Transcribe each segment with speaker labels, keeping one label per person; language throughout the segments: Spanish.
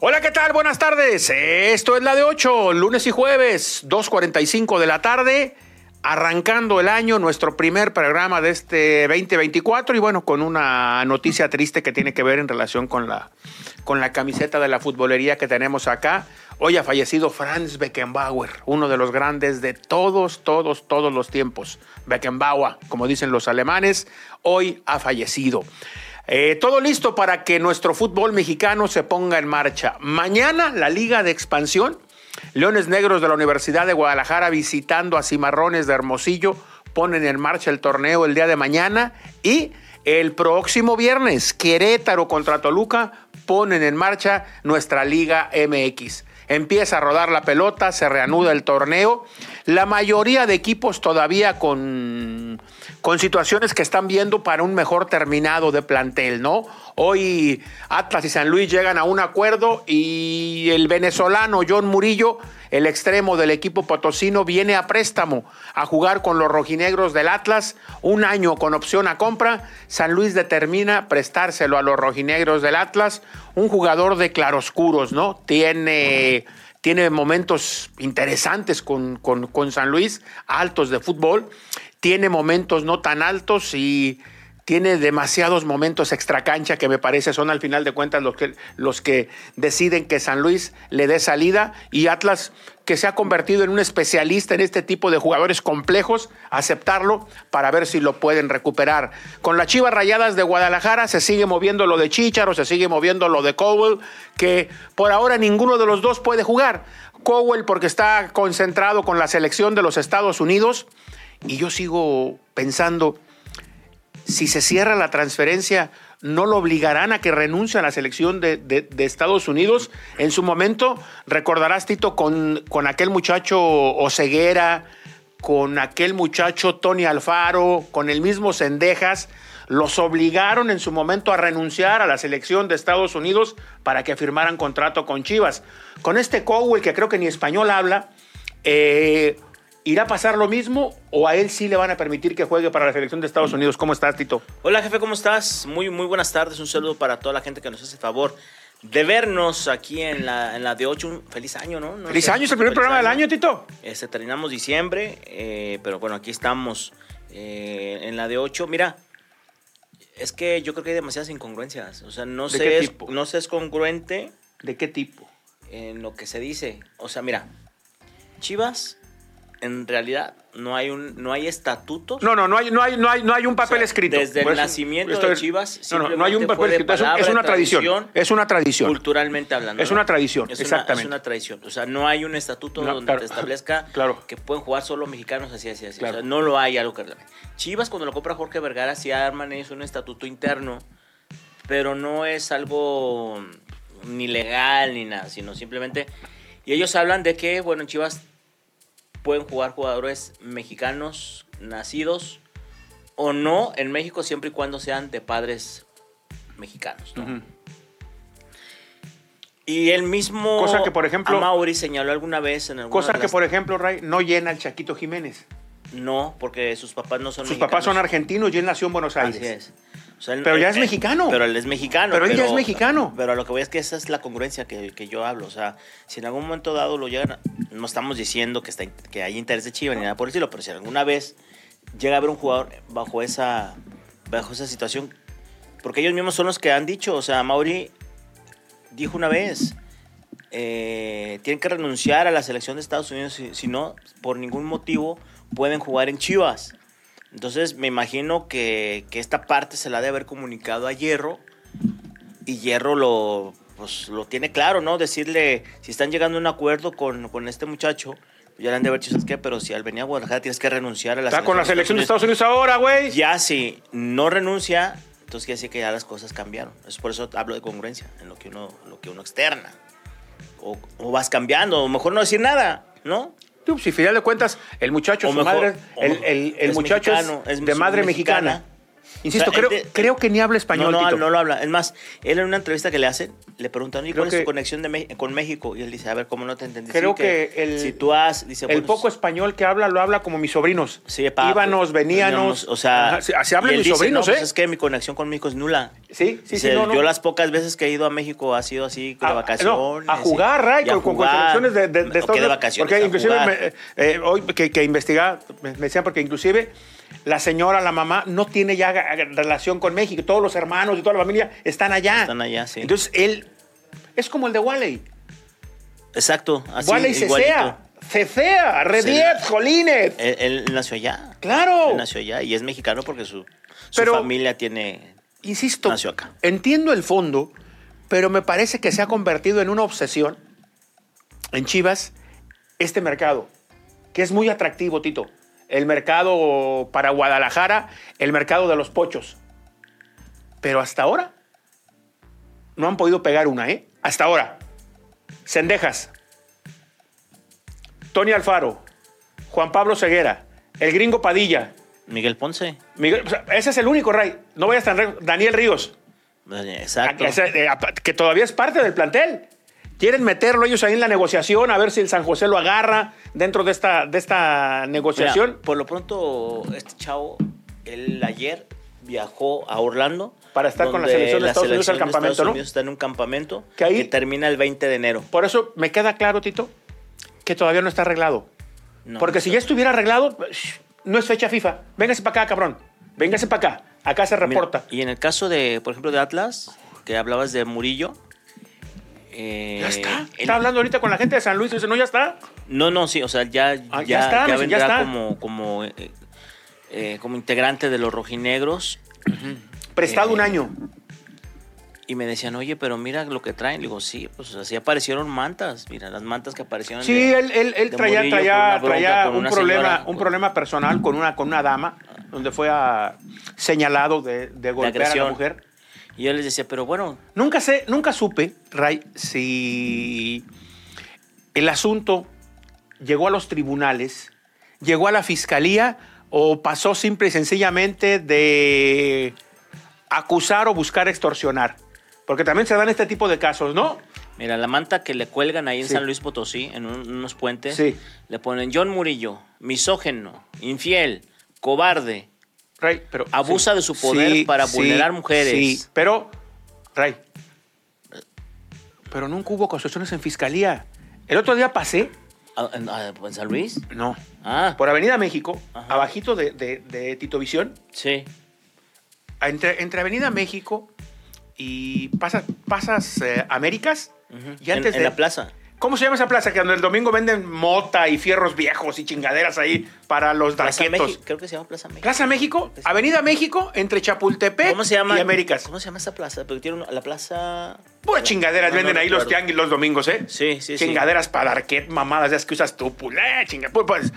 Speaker 1: Hola, ¿qué tal? Buenas tardes. Esto es la de 8, lunes y jueves, 2.45 de la tarde, arrancando el año, nuestro primer programa de este 2024 y bueno, con una noticia triste que tiene que ver en relación con la, con la camiseta de la futbolería que tenemos acá. Hoy ha fallecido Franz Beckenbauer, uno de los grandes de todos, todos, todos los tiempos. Beckenbauer, como dicen los alemanes, hoy ha fallecido. Eh, todo listo para que nuestro fútbol mexicano se ponga en marcha. Mañana la Liga de Expansión, Leones Negros de la Universidad de Guadalajara visitando a Cimarrones de Hermosillo, ponen en marcha el torneo el día de mañana y el próximo viernes Querétaro contra Toluca ponen en marcha nuestra Liga MX. Empieza a rodar la pelota, se reanuda el torneo. La mayoría de equipos todavía con, con situaciones que están viendo para un mejor terminado de plantel, ¿no? Hoy Atlas y San Luis llegan a un acuerdo y el venezolano John Murillo, el extremo del equipo potosino, viene a préstamo a jugar con los rojinegros del Atlas. Un año con opción a compra. San Luis determina prestárselo a los rojinegros del Atlas. Un jugador de claroscuros, ¿no? Tiene tiene momentos interesantes con, con, con, San Luis, altos de fútbol, tiene momentos no tan altos y tiene demasiados momentos extra cancha que me parece son al final de cuentas los que, los que deciden que San Luis le dé salida y Atlas que se ha convertido en un especialista en este tipo de jugadores complejos, aceptarlo para ver si lo pueden recuperar. Con las Chivas Rayadas de Guadalajara se sigue moviendo lo de Chicharo, se sigue moviendo lo de Cowell, que por ahora ninguno de los dos puede jugar. Cowell porque está concentrado con la selección de los Estados Unidos y yo sigo pensando, si se cierra la transferencia, no lo obligarán a que renuncie a la selección de, de, de Estados Unidos. En su momento, recordarás, Tito, con, con, aquel muchacho Oceguera, con aquel muchacho Tony Alfaro, con el mismo Cendejas, los obligaron en su momento a renunciar a la selección de Estados Unidos para que firmaran contrato con Chivas. Con este Cowell, que creo que ni español habla, eh, ¿Irá a pasar lo mismo o a él sí le van a permitir que juegue para la selección de Estados Unidos? ¿Cómo estás, Tito?
Speaker 2: Hola, jefe, ¿cómo estás? Muy, muy buenas tardes. Un saludo para toda la gente que nos hace favor de vernos aquí en la, en la de 8. Un feliz año, ¿no? no
Speaker 1: feliz sé, año, es el primer programa año. del año, Tito.
Speaker 2: Este, terminamos diciembre, eh, pero bueno, aquí estamos eh, en la de 8. Mira, es que yo creo que hay demasiadas incongruencias. O sea, no, sé, es, no sé, es congruente.
Speaker 1: ¿De qué tipo?
Speaker 2: En lo que se dice. O sea, mira, Chivas en realidad no hay un no hay estatutos.
Speaker 1: No, no, no hay no hay no hay no hay un papel o sea, escrito.
Speaker 2: Desde el nacimiento estoy, de Chivas
Speaker 1: no, no, no, hay un papel escrito, palabra, es, una tradición, tradición, es una tradición.
Speaker 2: Culturalmente hablando.
Speaker 1: Es una tradición,
Speaker 2: es
Speaker 1: exactamente.
Speaker 2: Una, es una tradición, o sea, no hay un estatuto no, donde claro, te establezca claro. que pueden jugar solo mexicanos así así así, claro. o sea, no lo hay algo que Chivas cuando lo compra Jorge Vergara sí arman es un estatuto interno, pero no es algo mm, ni legal ni nada, sino simplemente y ellos hablan de que bueno, en Chivas pueden jugar jugadores mexicanos nacidos o no en México siempre y cuando sean de padres mexicanos. ¿no? Uh -huh. Y el mismo
Speaker 1: cosa que por ejemplo
Speaker 2: Mauri señaló alguna vez en alguna
Speaker 1: cosa que las... por ejemplo Ray no llena el Chaquito Jiménez.
Speaker 2: No, porque sus papás no son
Speaker 1: sus mexicanos. papás son argentinos y él nació en Buenos Aires.
Speaker 2: Así es.
Speaker 1: O sea, él, pero ya él, es mexicano.
Speaker 2: Pero él es mexicano.
Speaker 1: Pero él pero, ya es mexicano.
Speaker 2: Pero a lo que voy es que esa es la congruencia que, que yo hablo. O sea, si en algún momento dado lo llegan, a, no estamos diciendo que, está, que hay interés de Chivas ni nada por el estilo, pero si alguna vez llega a haber un jugador bajo esa, bajo esa situación, porque ellos mismos son los que han dicho, o sea, Mauri dijo una vez, eh, tienen que renunciar a la selección de Estados Unidos, si, si no, por ningún motivo pueden jugar en Chivas. Entonces me imagino que, que, esta parte se la ha de haber comunicado a Hierro y Hierro lo, pues, lo tiene claro, ¿no? Decirle, si están llegando a un acuerdo con, con este muchacho, ya le han de haber dicho, ¿sabes qué? Pero si al venir a Guadalajara tienes que renunciar a la
Speaker 1: Está selección con la selección de Estados Unidos ahora, güey.
Speaker 2: Ya si no renuncia, entonces quiere decir que ya las cosas cambiaron. Es por eso hablo de congruencia en lo que uno, lo que uno externa. O, o vas cambiando, o mejor no decir nada, ¿no?
Speaker 1: si final de cuentas, el muchacho, o su mejor, madre, el, el, el muchacho mexicano, es, de madre mexicana. mexicana. Insisto,
Speaker 2: O sea,
Speaker 1: creo,
Speaker 2: él te-
Speaker 1: creo que ni habla español,
Speaker 2: no, no,
Speaker 1: Tito.
Speaker 2: no lo habla. Es más, él en una entrevista que le hacen, le preguntan, ¿y
Speaker 1: Creo
Speaker 2: cuál es
Speaker 1: que-
Speaker 2: tu conexión de Mex- con México? Y él dice, a ver, ¿cómo no te entendí?
Speaker 1: Creo
Speaker 2: Sí,
Speaker 1: que el-
Speaker 2: Si tú has... Dice,
Speaker 1: El
Speaker 2: bueno,
Speaker 1: poco español que habla lo habla como mis sobrinos.
Speaker 2: Sí, pa,
Speaker 1: Íbanos,
Speaker 2: pues,
Speaker 1: veníanos.
Speaker 2: O sea,
Speaker 1: Ajá, se, se hablan
Speaker 2: y él
Speaker 1: mis
Speaker 2: dice,
Speaker 1: sobrinos,
Speaker 2: no,
Speaker 1: ¿eh?
Speaker 2: pues es que mi conexión con México es nula.
Speaker 1: Sí, sí,
Speaker 2: Dice,
Speaker 1: sí. no, no.
Speaker 2: Yo las pocas veces que he ido a México ha sido así, de
Speaker 1: A-
Speaker 2: vacaciones.
Speaker 1: no, a jugar, Ray,
Speaker 2: y a
Speaker 1: con, con
Speaker 2: jugar,
Speaker 1: construcciones de, de, de
Speaker 2: o
Speaker 1: Estados
Speaker 2: que de
Speaker 1: Unidos.
Speaker 2: vacaciones.
Speaker 1: Porque
Speaker 2: a
Speaker 1: inclusive,
Speaker 2: jugar.
Speaker 1: me- eh, hoy que, que investigaba, me, me decían, porque inclusive la señora, la mamá, no tiene ya ga- relación con México. Todos los hermanos y toda la familia están allá.
Speaker 2: Están allá, sí.
Speaker 1: Entonces, él es como el de Wally.
Speaker 2: Exacto, así,
Speaker 1: Wally
Speaker 2: igualito.
Speaker 1: cesea, cesea, Rediet,
Speaker 2: Se-
Speaker 1: Jolines.
Speaker 2: Él, él nació allá.
Speaker 1: Claro.
Speaker 2: Él nació allá y es mexicano porque su, su
Speaker 1: Pero-
Speaker 2: familia tiene...
Speaker 1: Insisto,
Speaker 2: Nació acá.
Speaker 1: entiendo el fondo, pero me parece que se ha convertido en una obsesión en Chivas este mercado, que es muy atractivo, Tito. El mercado para Guadalajara, el mercado de los pochos. Pero hasta ahora no han podido pegar una, ¿eh? Hasta ahora. Cendejas, Tony Alfaro, Juan Pablo Ceguera, el gringo Padilla,
Speaker 2: Miguel Ponce.
Speaker 1: Miguel, o sea, ese es el único, Ray. No vayas tan re- Daniel Ríos,
Speaker 2: Exacto.
Speaker 1: ese, eh, apa- que todavía es parte del plantel. Quieren meterlo ellos ahí en la negociación, a ver si el San José lo agarra dentro de esta, de esta
Speaker 2: Mira,
Speaker 1: negociación
Speaker 2: por lo pronto, este chavo, él ayer viajó a Orlando.
Speaker 1: Para estar con la
Speaker 2: donde
Speaker 1: selección de Estados Unidos al
Speaker 2: selección de
Speaker 1: campamento,
Speaker 2: Estados
Speaker 1: ¿no?
Speaker 2: Unidos está en un campamento
Speaker 1: Que ahí-
Speaker 2: termina el 20 de enero.
Speaker 1: Por eso me queda claro, Tito, que todavía no está arreglado.
Speaker 2: No,
Speaker 1: Porque
Speaker 2: no
Speaker 1: si
Speaker 2: sé.
Speaker 1: ya estuviera arreglado, shh, no es fecha FIFA. Véngase para acá, cabrón. Véngase para acá. Acá se
Speaker 2: Mira,
Speaker 1: reporta.
Speaker 2: y en el caso de, por ejemplo, de Atlas, que hablabas de Murillo. eh,
Speaker 1: ya está.
Speaker 2: él-
Speaker 1: Está hablando ahorita con la gente de San Luis y dice, no, ya está.
Speaker 2: No, no, sí, o sea, ya,
Speaker 1: Ah, ya
Speaker 2: ya,
Speaker 1: está,
Speaker 2: ya
Speaker 1: me dicen, ya
Speaker 2: vendrá
Speaker 1: está.
Speaker 2: como, como, eh, eh, como integrante de los rojinegros.
Speaker 1: Prestado
Speaker 2: Eh,
Speaker 1: un año.
Speaker 2: Y me decían, oye, pero mira lo que traen. Le digo, sí, pues así aparecieron mantas. Mira, las mantas que aparecieron.
Speaker 1: Sí,
Speaker 2: de-
Speaker 1: él, él, él
Speaker 2: de
Speaker 1: traía,
Speaker 2: Murillo
Speaker 1: traía-
Speaker 2: con una bronca,
Speaker 1: traía
Speaker 2: con
Speaker 1: un,
Speaker 2: una
Speaker 1: problema,
Speaker 2: señora,
Speaker 1: un
Speaker 2: con-
Speaker 1: problema personal con una, con una dama, donde fue ah, señalado de, de golpear a la
Speaker 2: agresión.
Speaker 1: mujer.
Speaker 2: Y yo les decía, pero bueno,
Speaker 1: Nunca, sé, nunca supe, Ray, si el asunto llegó a los tribunales, llegó a la fiscalía o pasó simple y sencillamente de acusar o buscar extorsionar. Porque también se dan este tipo de casos, ¿no?
Speaker 2: mira, la manta que le cuelgan ahí en
Speaker 1: Sí.
Speaker 2: San Luis Potosí, en un- unos puentes,
Speaker 1: Sí.
Speaker 2: le ponen John Murillo, misógeno, infiel, cobarde.
Speaker 1: Ray, pero
Speaker 2: Abusa de su poder para vulnerar mujeres.
Speaker 1: Sí, pero Ray, pero nunca hubo acusaciones en fiscalía. El otro día pasé,
Speaker 2: Ah, ¿En ah, en San Luis?
Speaker 1: no,
Speaker 2: Ah,
Speaker 1: por Avenida México,
Speaker 2: Ajá.
Speaker 1: abajito de, de, de Titovisión,
Speaker 2: sí.
Speaker 1: entre, entre Avenida México y pasas, pasas eh, Américas.
Speaker 2: Ujú.
Speaker 1: Y antes
Speaker 2: en, en
Speaker 1: de-
Speaker 2: la plaza.
Speaker 1: ¿Cómo se llama esa plaza que donde el domingo venden mota y fierros viejos y chingaderas ahí para los
Speaker 2: Plaza
Speaker 1: daquetos?
Speaker 2: México, creo que se llama Plaza México.
Speaker 1: Plaza México, Avenida México, entre Chapultepec
Speaker 2: ¿Cómo se llama?
Speaker 1: y Américas.
Speaker 2: ¿Cómo se llama esa plaza? Porque tiene una- la plaza.
Speaker 1: Puras chingaderas
Speaker 2: No, no
Speaker 1: venden ahí los
Speaker 2: recuerdo.
Speaker 1: tianguis los domingos, ¿eh?
Speaker 2: Sí, sí, sí.
Speaker 1: Chingaderas para arquet, mamadas, esas que usas tú, pulé, chinga, pu- pues.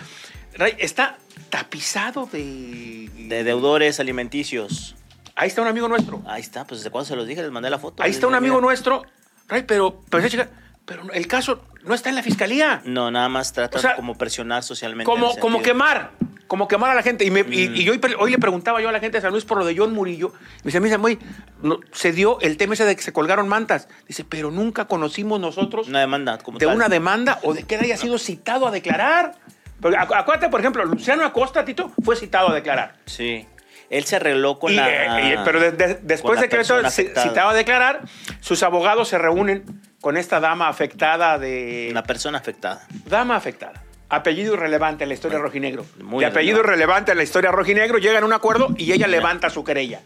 Speaker 1: Ray, está tapizado de...
Speaker 2: De deudores alimenticios.
Speaker 1: Ahí está un amigo nuestro.
Speaker 2: Ahí está, pues desde cuando se los dije, les mandé la foto.
Speaker 1: Ahí
Speaker 2: Les
Speaker 1: está un
Speaker 2: dije,
Speaker 1: amigo
Speaker 2: mira,
Speaker 1: nuestro. Ray, pero, pero, esa chica- pero el caso no está en la fiscalía.
Speaker 2: No, nada más tratan
Speaker 1: O sea,
Speaker 2: como presionar socialmente. en
Speaker 1: Como,
Speaker 2: el
Speaker 1: como
Speaker 2: sentido.
Speaker 1: quemar, como quemar a la gente. Y, me- y-
Speaker 2: Mm.
Speaker 1: y yo hoy, pre- hoy le preguntaba yo a la gente de San Luis por lo de John Murillo. Me dice, mira, muy, no, se dio el tema ese de que se colgaron mantas. Dice, pero nunca conocimos nosotros
Speaker 2: Una demanda como
Speaker 1: de
Speaker 2: tal.
Speaker 1: una demanda o de que él haya sido citado a declarar. Porque acu- acuérdate, por ejemplo, Luciano Acosta, Tito, fue citado a declarar.
Speaker 2: Sí. Él se arregló con
Speaker 1: Y,
Speaker 2: la.
Speaker 1: eh, y- pero de- de-
Speaker 2: con
Speaker 1: después
Speaker 2: la
Speaker 1: de que
Speaker 2: persona
Speaker 1: él se-
Speaker 2: afectada.
Speaker 1: citado a declarar, sus abogados se reúnen con esta dama afectada de...
Speaker 2: La persona afectada.
Speaker 1: Dama afectada. Apellido irrelevante en la historia rojinegro.
Speaker 2: muy
Speaker 1: de apellido
Speaker 2: relevante.
Speaker 1: irrelevante en la historia rojinegro, llegan a un acuerdo y ella
Speaker 2: Ya.
Speaker 1: levanta su querella.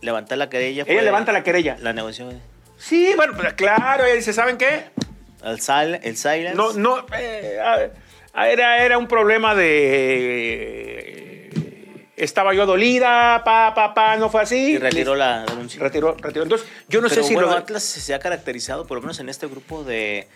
Speaker 2: Levantar la querella.
Speaker 1: Ella levanta Pues, la querella.
Speaker 2: La negoció. eh,
Speaker 1: Sí, bueno, pues, claro, ella dice, ¿saben qué?
Speaker 2: El, sil- el silence.
Speaker 1: No, no, eh, a- era, era un problema de... eh, Estaba yo dolida, pa, pa, pa, no fue así.
Speaker 2: Y retiró la denuncia.
Speaker 1: Retiró, retiró. Entonces, yo no
Speaker 2: Pero
Speaker 1: sé si
Speaker 2: bueno,
Speaker 1: lo...
Speaker 2: Atlas se ha caracterizado, por lo menos en este grupo, de,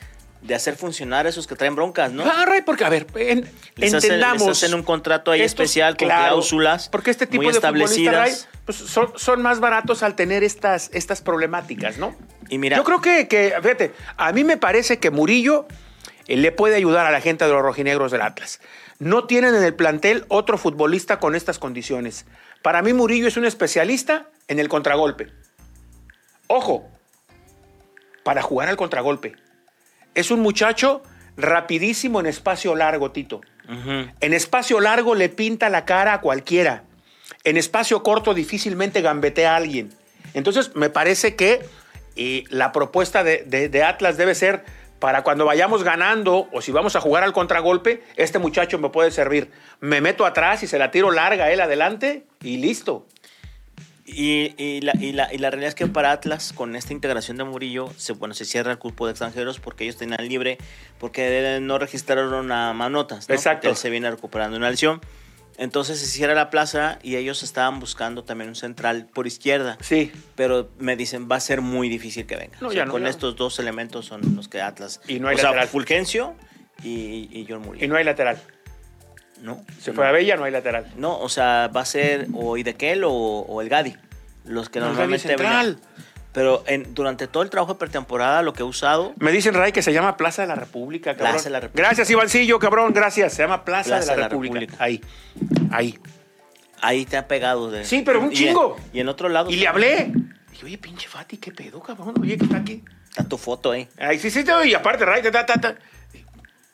Speaker 2: de hacer funcionar a esos que traen broncas, ¿no?
Speaker 1: Ah, Ray, porque, a ver, en-
Speaker 2: Les hacen-
Speaker 1: entendamos.
Speaker 2: les hacen un contrato ahí
Speaker 1: Estos,
Speaker 2: especial con
Speaker 1: claro,
Speaker 2: cláusulas
Speaker 1: Porque este tipo
Speaker 2: muy
Speaker 1: de futbolistas Ray,
Speaker 2: establecidas.
Speaker 1: pues, son, son más baratos al tener estas, estas problemáticas, ¿no?
Speaker 2: Y mira,
Speaker 1: Yo creo que, que, fíjate, a mí me parece que Murillo eh, le puede ayudar a la gente de los rojinegros del Atlas. No tienen en el plantel otro futbolista con estas condiciones. Para mí Murillo es un especialista en el contragolpe. Ojo, para jugar al contragolpe. Es un muchacho rapidísimo en espacio largo, Tito.
Speaker 2: Ujú.
Speaker 1: En espacio largo le pinta la cara a cualquiera. En espacio corto difícilmente gambetea a alguien. Entonces, me parece que eh, la propuesta de, de- de Atlas debe ser para cuando vayamos ganando o si vamos a jugar al contragolpe, este muchacho me puede servir. Me meto atrás y se la tiro larga a él adelante y listo.
Speaker 2: Y, y la, y la- y la realidad es que para Atlas, con esta integración de Murillo, se, bueno, se cierra el cupo de extranjeros porque ellos tenían libre, porque no registraron a Manotas. ¿no?
Speaker 1: Exacto.
Speaker 2: Porque él se viene recuperando una lesión. Entonces se cierra la plaza y ellos estaban buscando también un central por izquierda.
Speaker 1: Sí.
Speaker 2: Pero me dicen, va a ser muy difícil que venga.
Speaker 1: No,
Speaker 2: O sea,
Speaker 1: ya no,
Speaker 2: con
Speaker 1: ya no.
Speaker 2: estos dos elementos son los que Atlas.
Speaker 1: Y no hay
Speaker 2: o sea,
Speaker 1: lateral.
Speaker 2: Fulgencio y, y John Murillo.
Speaker 1: Y no hay lateral.
Speaker 2: no.
Speaker 1: Se
Speaker 2: no.
Speaker 1: fue a Bella, no hay lateral.
Speaker 2: No, o sea, va a ser o Idequel o, o el Gadi. Los que
Speaker 1: No, el Gadi
Speaker 2: normalmente
Speaker 1: central.
Speaker 2: venían. Pero en- durante todo el trabajo de pretemporada, lo que he usado.
Speaker 1: Me dicen, Ray, que se llama Plaza de la República, cabrón.
Speaker 2: Plaza de la República.
Speaker 1: Gracias, Ivancillo, cabrón, gracias. Se llama Plaza, de la, República.
Speaker 2: República.
Speaker 1: Ahí, ahí.
Speaker 2: Ahí te ha pegado. de-
Speaker 1: Sí, pero un
Speaker 2: y-
Speaker 1: chingo.
Speaker 2: Y en otro lado
Speaker 1: Y le hablé. Dije, oye, pinche Fati, ¿qué pedo, cabrón? Oye, que está aquí.
Speaker 2: está tu foto ahí.
Speaker 1: Ay, sí, sí, te doy. Y aparte, Ray, ta, ta, ta, ta.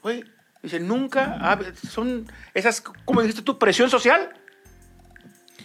Speaker 1: Güey, dice, nunca. hab- son esas, ¿cómo dijiste tú? ¿Presión social?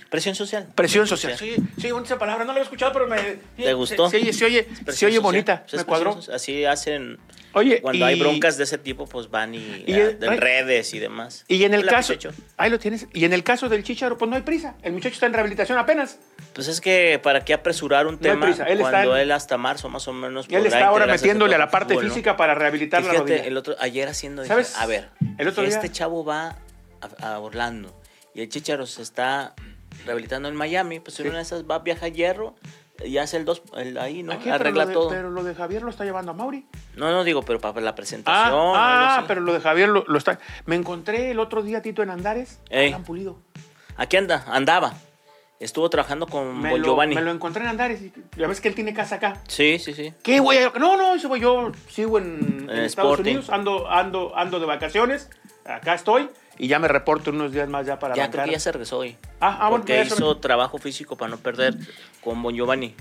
Speaker 2: Presión social.
Speaker 1: Presión social. Sí, sí, bonita esa palabra. No la había escuchado, pero me.
Speaker 2: ¿Te gustó?
Speaker 1: Sí, se oye, se
Speaker 2: Presión
Speaker 1: oye
Speaker 2: social.
Speaker 1: bonita.
Speaker 2: Pues es
Speaker 1: Me cuadró.
Speaker 2: presión social. Así hacen.
Speaker 1: Oye,
Speaker 2: Cuando
Speaker 1: y-
Speaker 2: hay broncas de ese tipo, pues van y.
Speaker 1: Y
Speaker 2: ah,
Speaker 1: el-
Speaker 2: de
Speaker 1: ay.
Speaker 2: redes y demás.
Speaker 1: Y en el
Speaker 2: Hola,
Speaker 1: caso.
Speaker 2: muchacho.
Speaker 1: Ahí lo tienes. Y en el caso del Chicharo, pues no hay prisa. El muchacho está en rehabilitación apenas.
Speaker 2: Pues es que, ¿para qué apresurar un
Speaker 1: hay
Speaker 2: tema
Speaker 1: prisa, él está
Speaker 2: cuando
Speaker 1: en-
Speaker 2: él hasta marzo más o menos.
Speaker 1: Y él
Speaker 2: podrá
Speaker 1: está ahora
Speaker 2: integrarse
Speaker 1: metiéndole a
Speaker 2: todo
Speaker 1: la parte
Speaker 2: fútbol, ¿no?
Speaker 1: física para rehabilitar
Speaker 2: Y
Speaker 1: la rodilla.
Speaker 2: el otro, ayer haciendo, dije,
Speaker 1: ¿Sabes?
Speaker 2: a ver,
Speaker 1: El otro
Speaker 2: este
Speaker 1: día-
Speaker 2: chavo va a, a Orlando y el Chicharo se está rehabilitando en Miami, pues
Speaker 1: Sí.
Speaker 2: en una de esas va, viaja a hierro y hace el dos, el- ahí, ¿no?
Speaker 1: ¿A qué? pero lo
Speaker 2: Arregla
Speaker 1: de-
Speaker 2: todo.
Speaker 1: Pero lo de Javier lo está llevando a Mauri.
Speaker 2: No, no digo, pero para la presentación.
Speaker 1: Ah,
Speaker 2: algo
Speaker 1: ah,
Speaker 2: así.
Speaker 1: pero lo de Javier lo, lo está. Me encontré el otro día, Tito, en Andares. a
Speaker 2: Ey.
Speaker 1: Alan Pulido.
Speaker 2: Aquí anda, andaba. Estuvo trabajando con
Speaker 1: Me
Speaker 2: Bon
Speaker 1: lo,
Speaker 2: Giovanni.
Speaker 1: me lo encontré en Andares. y Ya ves que él tiene casa acá.
Speaker 2: Sí, sí, sí.
Speaker 1: ¿Qué, güey? No, no, ese güey, yo sigo en, en
Speaker 2: En
Speaker 1: Estados
Speaker 2: Eh, Sporting.
Speaker 1: Unidos. Ando, ando, ando de vacaciones. Acá estoy. Y ya me reporto en unos días más ya para
Speaker 2: Ya creo
Speaker 1: arrancar.
Speaker 2: que ya se regresó hoy.
Speaker 1: Ah, ah, bueno,
Speaker 2: porque
Speaker 1: ya se
Speaker 2: hizo trabajo físico para no perder con Bon Giovanni.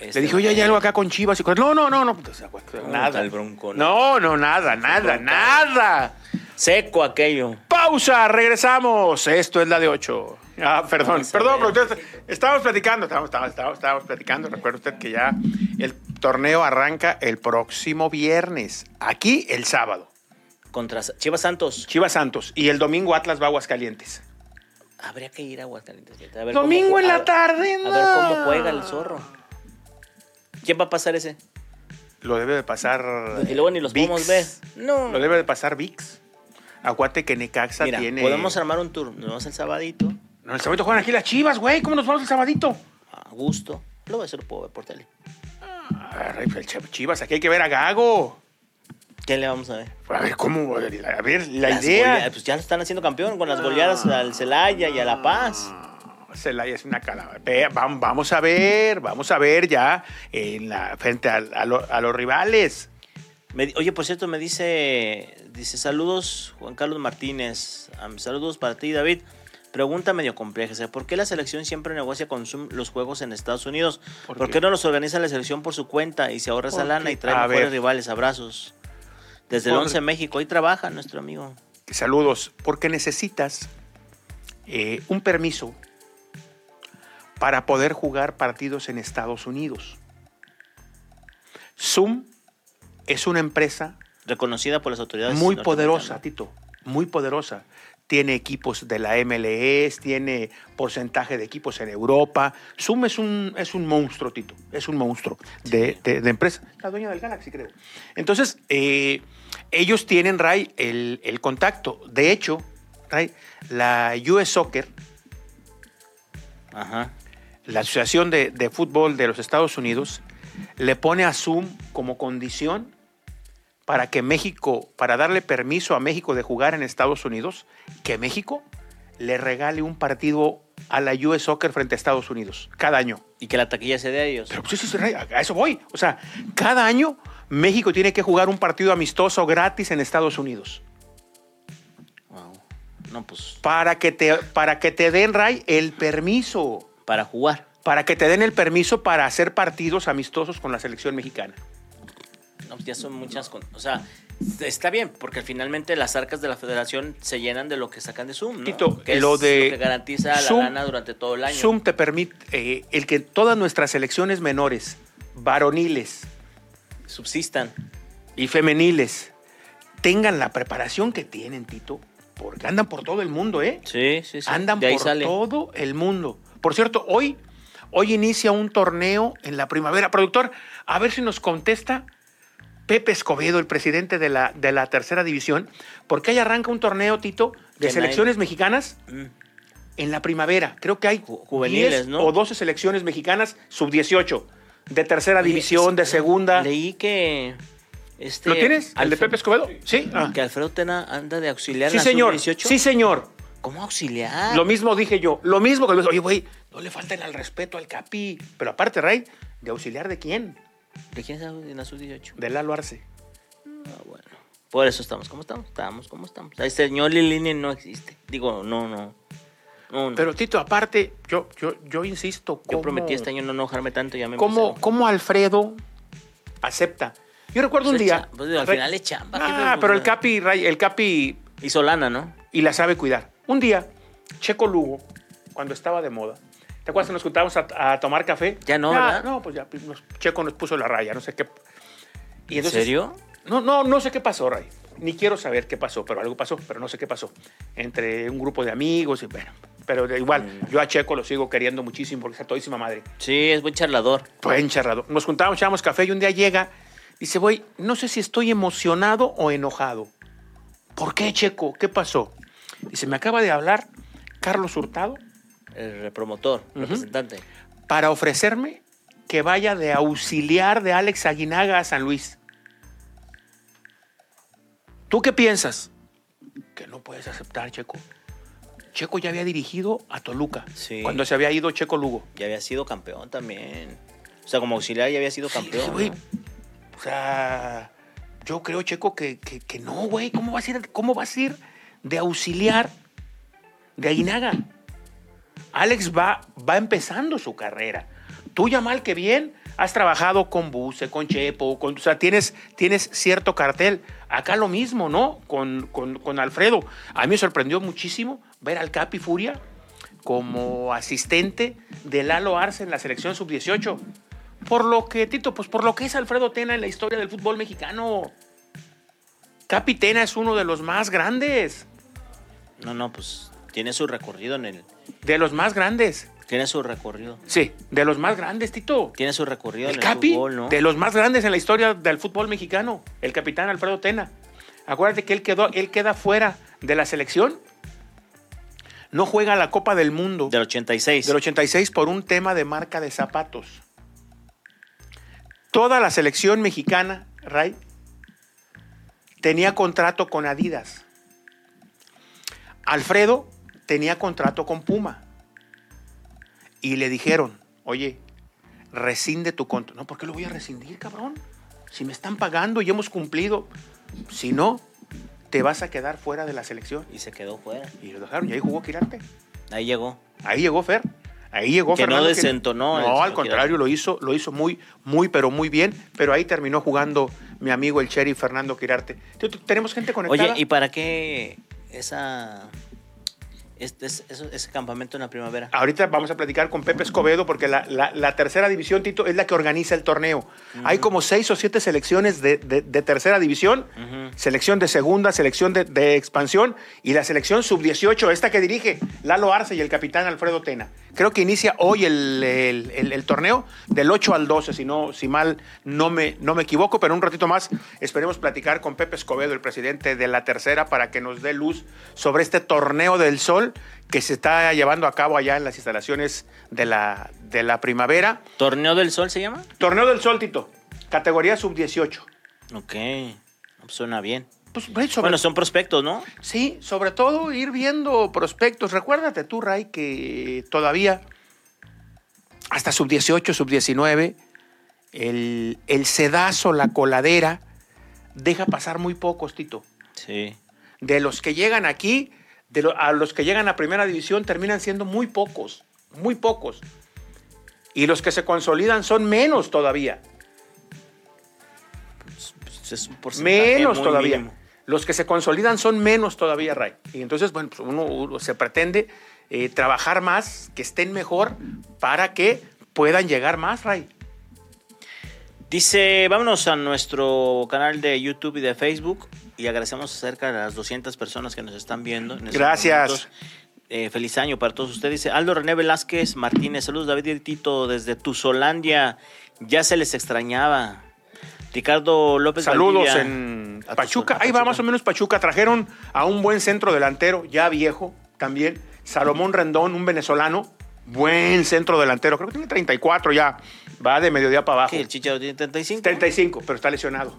Speaker 2: Este,
Speaker 1: Le dije, oye, hay algo acá con Chivas y con... No, no, no, no. pues, güey, nada.
Speaker 2: tal bronco,
Speaker 1: no, no, nada, nada,
Speaker 2: bronco.
Speaker 1: nada.
Speaker 2: Seco aquello.
Speaker 1: Pausa, regresamos. Esto es la de 8. Ah, perdón,
Speaker 2: Vamos a
Speaker 1: perdón,
Speaker 2: ver.
Speaker 1: pero ustedes- estábamos platicando, estábamos, estábamos, estábamos, estábamos platicando. Recuerde usted que ya el torneo arranca el próximo viernes, aquí el sábado.
Speaker 2: Contra Chivas Santos.
Speaker 1: Chivas Santos y el domingo Atlas va a Aguascalientes.
Speaker 2: Habría que ir a Aguascalientes. A ver
Speaker 1: Domingo
Speaker 2: cómo jue-
Speaker 1: en la
Speaker 2: a ver-
Speaker 1: tarde,
Speaker 2: A ver
Speaker 1: no.
Speaker 2: cómo juega el zorro. ¿Quién va a pasar ese?
Speaker 1: Lo debe de pasar.
Speaker 2: Y luego ni los
Speaker 1: Vix.
Speaker 2: podemos ver. No.
Speaker 1: Lo debe de pasar VIX. Acuate que Necaxa
Speaker 2: Mira,
Speaker 1: tiene.
Speaker 2: podemos armar un tour. Nos vamos el sabadito,
Speaker 1: No, el sabadito juegan aquí las Chivas, güey. ¿Cómo nos vamos el sabadito?
Speaker 2: a gusto. Luego eso lo puedo ver por tele.
Speaker 1: Ah, el Ch- Chivas, aquí hay que ver a Gago.
Speaker 2: ¿Qué le vamos a ver?
Speaker 1: A ver, ¿cómo? A ver, la
Speaker 2: Las golea-
Speaker 1: idea.
Speaker 2: Pues ya lo están haciendo campeón con las goleadas al Celaya y a La Paz.
Speaker 1: Celaya es una calavera. Ve, vam- Vamos a ver, vamos a ver ya en la, frente a, a lo- a los rivales.
Speaker 2: Me di- oye, por cierto, me dice, dice saludos Juan Carlos Martínez, Am- saludos para ti David. Pregunta medio compleja, o sea, ¿por qué la selección siempre negocia con Zoom los juegos en Estados Unidos?
Speaker 1: ¿Por
Speaker 2: ¿Por,
Speaker 1: qué?
Speaker 2: qué? no los organiza la selección por su cuenta y se ahorra esa
Speaker 1: ¿Por
Speaker 2: lana
Speaker 1: qué?
Speaker 2: y trae
Speaker 1: A
Speaker 2: mejores
Speaker 1: ver.
Speaker 2: rivales? Abrazos. Desde el
Speaker 1: Por-
Speaker 2: 11 de México, ahí trabaja nuestro amigo.
Speaker 1: Saludos, porque necesitas eh, un permiso para poder jugar partidos en Estados Unidos. Zoom es una empresa
Speaker 2: Reconocida por las autoridades.
Speaker 1: Muy
Speaker 2: norteamericanas.
Speaker 1: poderosa, Tito. Muy poderosa. Tiene equipos de la MLS, tiene porcentaje de equipos en Europa. Zoom es un, es un monstruo, Tito. Es un monstruo de, de- de empresa. La dueña del Galaxy, creo. Entonces, eh, ellos tienen, Ray, el, el contacto. De hecho, Ray, la US Soccer,
Speaker 2: Ajá.
Speaker 1: la Asociación de, de Fútbol de los Estados Unidos le pone a Zoom como condición para que México, para darle permiso a México de jugar en Estados Unidos, que México le regale un partido a la US Soccer frente a Estados Unidos cada año.
Speaker 2: Y que la taquilla se dé a ellos.
Speaker 1: Pero pues, sí, sí, sí, a a eso voy. O sea, cada año México tiene que jugar un partido amistoso gratis en Estados Unidos.
Speaker 2: Wow. No, pues
Speaker 1: para que te, para que te den, Ray, el permiso.
Speaker 2: para jugar.
Speaker 1: Para que te den el permiso para hacer partidos amistosos con la selección mexicana.
Speaker 2: No, pues ya son muchas. con- o sea, está bien, porque finalmente las arcas de la federación se llenan de lo que sacan de Zoom. ¿no?
Speaker 1: Tito,
Speaker 2: Que es
Speaker 1: lo de
Speaker 2: que garantiza
Speaker 1: Zoom-
Speaker 2: la gana durante todo el año.
Speaker 1: Zoom te permite eh, el que todas nuestras selecciones menores, varoniles
Speaker 2: Subsistan.
Speaker 1: y femeniles, tengan la preparación que tienen, Tito, porque andan por todo el mundo, ¿eh?
Speaker 2: Sí, sí, sí.
Speaker 1: Andan
Speaker 2: de ahí
Speaker 1: por
Speaker 2: sale.
Speaker 1: todo el mundo. Por cierto, hoy, hoy inicia un torneo en la primavera. Productor, a ver si nos contesta Pepe Escobedo, el presidente de la, de la tercera división, porque ahí arranca un torneo, Tito,
Speaker 2: Que
Speaker 1: de
Speaker 2: nadie-
Speaker 1: selecciones mexicanas
Speaker 2: Mm.
Speaker 1: en la primavera. Creo que hay
Speaker 2: Ju- juveniles,
Speaker 1: 10
Speaker 2: ¿no?
Speaker 1: o 12 selecciones mexicanas sub-18, de tercera
Speaker 2: Oye,
Speaker 1: división, de
Speaker 2: es-
Speaker 1: segunda.
Speaker 2: Leí que. Este,
Speaker 1: ¿Lo tienes? ¿El de
Speaker 2: Alfre-
Speaker 1: Pepe Escobedo? Sí. Ah.
Speaker 2: Que Alfredo Tena anda de auxiliar
Speaker 1: Sí,
Speaker 2: en la
Speaker 1: señor.
Speaker 2: sub-18.
Speaker 1: Sí, señor.
Speaker 2: ¿Cómo auxiliar?
Speaker 1: Lo mismo dije yo. Lo mismo que oye, güey, no le falten al respeto al Capi. Pero aparte, Ray, ¿de auxiliar de quién?
Speaker 2: ¿De quién es en la sub-18?
Speaker 1: De Lalo Arce.
Speaker 2: Ah, bueno. Por eso estamos como estamos. Estamos como estamos. El señor Lilini no existe. Digo, no, no. No, no.
Speaker 1: Pero, Tito, aparte, yo, yo, yo insisto.
Speaker 2: Yo
Speaker 1: ¿cómo-
Speaker 2: prometí este año no enojarme tanto, ya me
Speaker 1: ¿cómo,
Speaker 2: empezaron.
Speaker 1: cómo Alfredo acepta? Yo recuerdo un
Speaker 2: Pues es
Speaker 1: día.
Speaker 2: cha- pues, digo, al
Speaker 1: Re-
Speaker 2: final es chamba, ¿qué
Speaker 1: Ah,
Speaker 2: te-
Speaker 1: pero el
Speaker 2: pues,
Speaker 1: Capi, Ray, el Capi
Speaker 2: Y Solana, ¿no?
Speaker 1: y la sabe cuidar. Un día, Checo Lugo, cuando estaba de moda, ¿te acuerdas que nos juntábamos a, a tomar café?
Speaker 2: Ya no, ¿verdad?
Speaker 1: No, pues ya nos- Checo nos puso la raya, no sé qué. Y
Speaker 2: ¿En
Speaker 1: entonces-
Speaker 2: serio?
Speaker 1: No, no, no sé qué pasó, Ray. Ni quiero saber qué pasó, pero algo pasó, pero no sé qué pasó. Entre un grupo de amigos y bueno. Pero de igual, yo a Checo lo sigo queriendo muchísimo porque es a todísima madre.
Speaker 2: Sí, es buen charlador.
Speaker 1: Buen charrado. Nos juntábamos, echábamos café y un día llega. Dice, voy, no sé si estoy emocionado o enojado. ¿Por qué, Checo? ¿Qué pasó? Dice, me acaba de hablar Carlos Hurtado
Speaker 2: El promotor,
Speaker 1: Ujú.
Speaker 2: representante.
Speaker 1: para ofrecerme que vaya de auxiliar de Alex Aguinaga a San Luis. ¿Tú qué piensas? Que no puedes aceptar, Checo. Checo ya había dirigido a Toluca
Speaker 2: Sí.
Speaker 1: cuando se había ido Checo Lugo.
Speaker 2: Ya había sido campeón también. O sea, como auxiliar ya había sido campeón.
Speaker 1: Sí, güey.
Speaker 2: ¿no?
Speaker 1: O sea, yo creo, Checo, que, que- que no, güey. ¿Cómo vas a ir, cómo vas a ir de auxiliar de Aguinaga? Alex va, va empezando su carrera. Tú ya mal que bien has trabajado con Buse, con Chepo, con, o sea, tienes, tienes cierto cartel. Acá lo mismo, ¿no? Con, con- con Alfredo. A mí me sorprendió muchísimo ver al Capi Furia como asistente de Lalo Arce en la selección sub-18. Por lo que, Tito, pues por lo que es Alfredo Tena en la historia del fútbol mexicano. Capi Tena es uno de los más grandes,
Speaker 2: No, no, pues tiene su recorrido en el.
Speaker 1: de los más grandes.
Speaker 2: Tiene su recorrido.
Speaker 1: Sí, de los más grandes, Tito.
Speaker 2: Tiene su recorrido
Speaker 1: El
Speaker 2: en
Speaker 1: Capi,
Speaker 2: el fútbol, ¿no?
Speaker 1: de los más grandes en la historia del fútbol mexicano, el capitán Alfredo Tena. Acuérdate que él, quedó, él queda fuera de la selección. No juega la Copa del Mundo
Speaker 2: Del 86.
Speaker 1: del 86 por un tema de marca de zapatos. Toda la selección mexicana, Ray, tenía contrato con Adidas. Alfredo tenía contrato con Puma. Y le dijeron, oye, rescinde tu contrato. No, ¿por qué lo voy a rescindir, cabrón? Si me están pagando y hemos cumplido. Si no, te vas a quedar fuera de la selección.
Speaker 2: Y se quedó fuera.
Speaker 1: Y lo dejaron y ahí jugó Quirarte.
Speaker 2: Ahí llegó.
Speaker 1: Ahí llegó Fer. Ahí llegó
Speaker 2: Que no
Speaker 1: Fernando Quir-
Speaker 2: desentonó el
Speaker 1: No,
Speaker 2: señor
Speaker 1: al contrario, lo hizo, lo hizo muy, muy, pero muy bien. Pero ahí terminó jugando mi amigo el Cherry Fernando Quirarte. T- t- Tenemos gente conectada.
Speaker 2: Oye, ¿y para qué esa. Este, es- eso- ese campamento en la primavera?
Speaker 1: Ahorita vamos a platicar con Pepe Escobedo porque la, la- la tercera división, Tito, es la que organiza el torneo. Hay como seis o siete selecciones de, de- de tercera división,
Speaker 2: Ujú.
Speaker 1: selección de segunda, selección de, de expansión y la selección sub-18, esta que dirige Lalo Arce y el capitán Alfredo Tena. Creo que inicia hoy el, el- el- el torneo del 8 al 12, si, no, si mal no me, no me equivoco, pero en un ratito más esperemos platicar con Pepe Escobedo, el presidente de la tercera, para que nos dé luz sobre este torneo del sol que se está llevando a cabo allá en las instalaciones de la, de la primavera.
Speaker 2: ¿Torneo del Sol se llama?
Speaker 1: Torneo del sol, Tito, categoría sub-18.
Speaker 2: Ok. No, pues, suena bien.
Speaker 1: Pues, güey, sobre
Speaker 2: Bueno, son prospectos, ¿no?
Speaker 1: Sí, sobre todo ir viendo prospectos. Recuérdate tú, Ray, que todavía hasta sub-18, sub-19, el, el sedazo, la coladera, deja pasar muy pocos, Tito.
Speaker 2: Sí.
Speaker 1: De los que llegan aquí, de lo- a los que llegan a primera división terminan siendo muy pocos, muy pocos. Y los que se consolidan son menos todavía,
Speaker 2: Pues es un porcentaje
Speaker 1: menos
Speaker 2: muy
Speaker 1: todavía.
Speaker 2: mínimo.
Speaker 1: Los que se consolidan son menos todavía, Ray. Y entonces, bueno, pues uno, uno se pretende eh, trabajar más, que estén mejor, para que puedan llegar más, Ray.
Speaker 2: Dice, vámonos a nuestro canal de YouTube y de Facebook y agradecemos cerca de las 200 personas que nos están viendo. en estos
Speaker 1: Gracias.
Speaker 2: momentos. Eh, feliz año para todos ustedes. Dice Aldo René Velázquez Martínez, saludos David y Tito desde Tuzolandia. Ya se les extrañaba. Ricardo López
Speaker 1: Saludos
Speaker 2: Pues, Valdivia.
Speaker 1: en
Speaker 2: A
Speaker 1: Pachuca.
Speaker 2: Tuzol- a
Speaker 1: Ahí va
Speaker 2: Pachuca.
Speaker 1: más o menos Pachuca. Trajeron a un buen centro delantero, ya viejo también. Salomón Rendón, un venezolano. Buen centro delantero. Creo que tiene 34 ya. Va de mediodía para abajo.
Speaker 2: ¿Qué? ¿El Chicharo tiene 35?
Speaker 1: 35, pero está lesionado.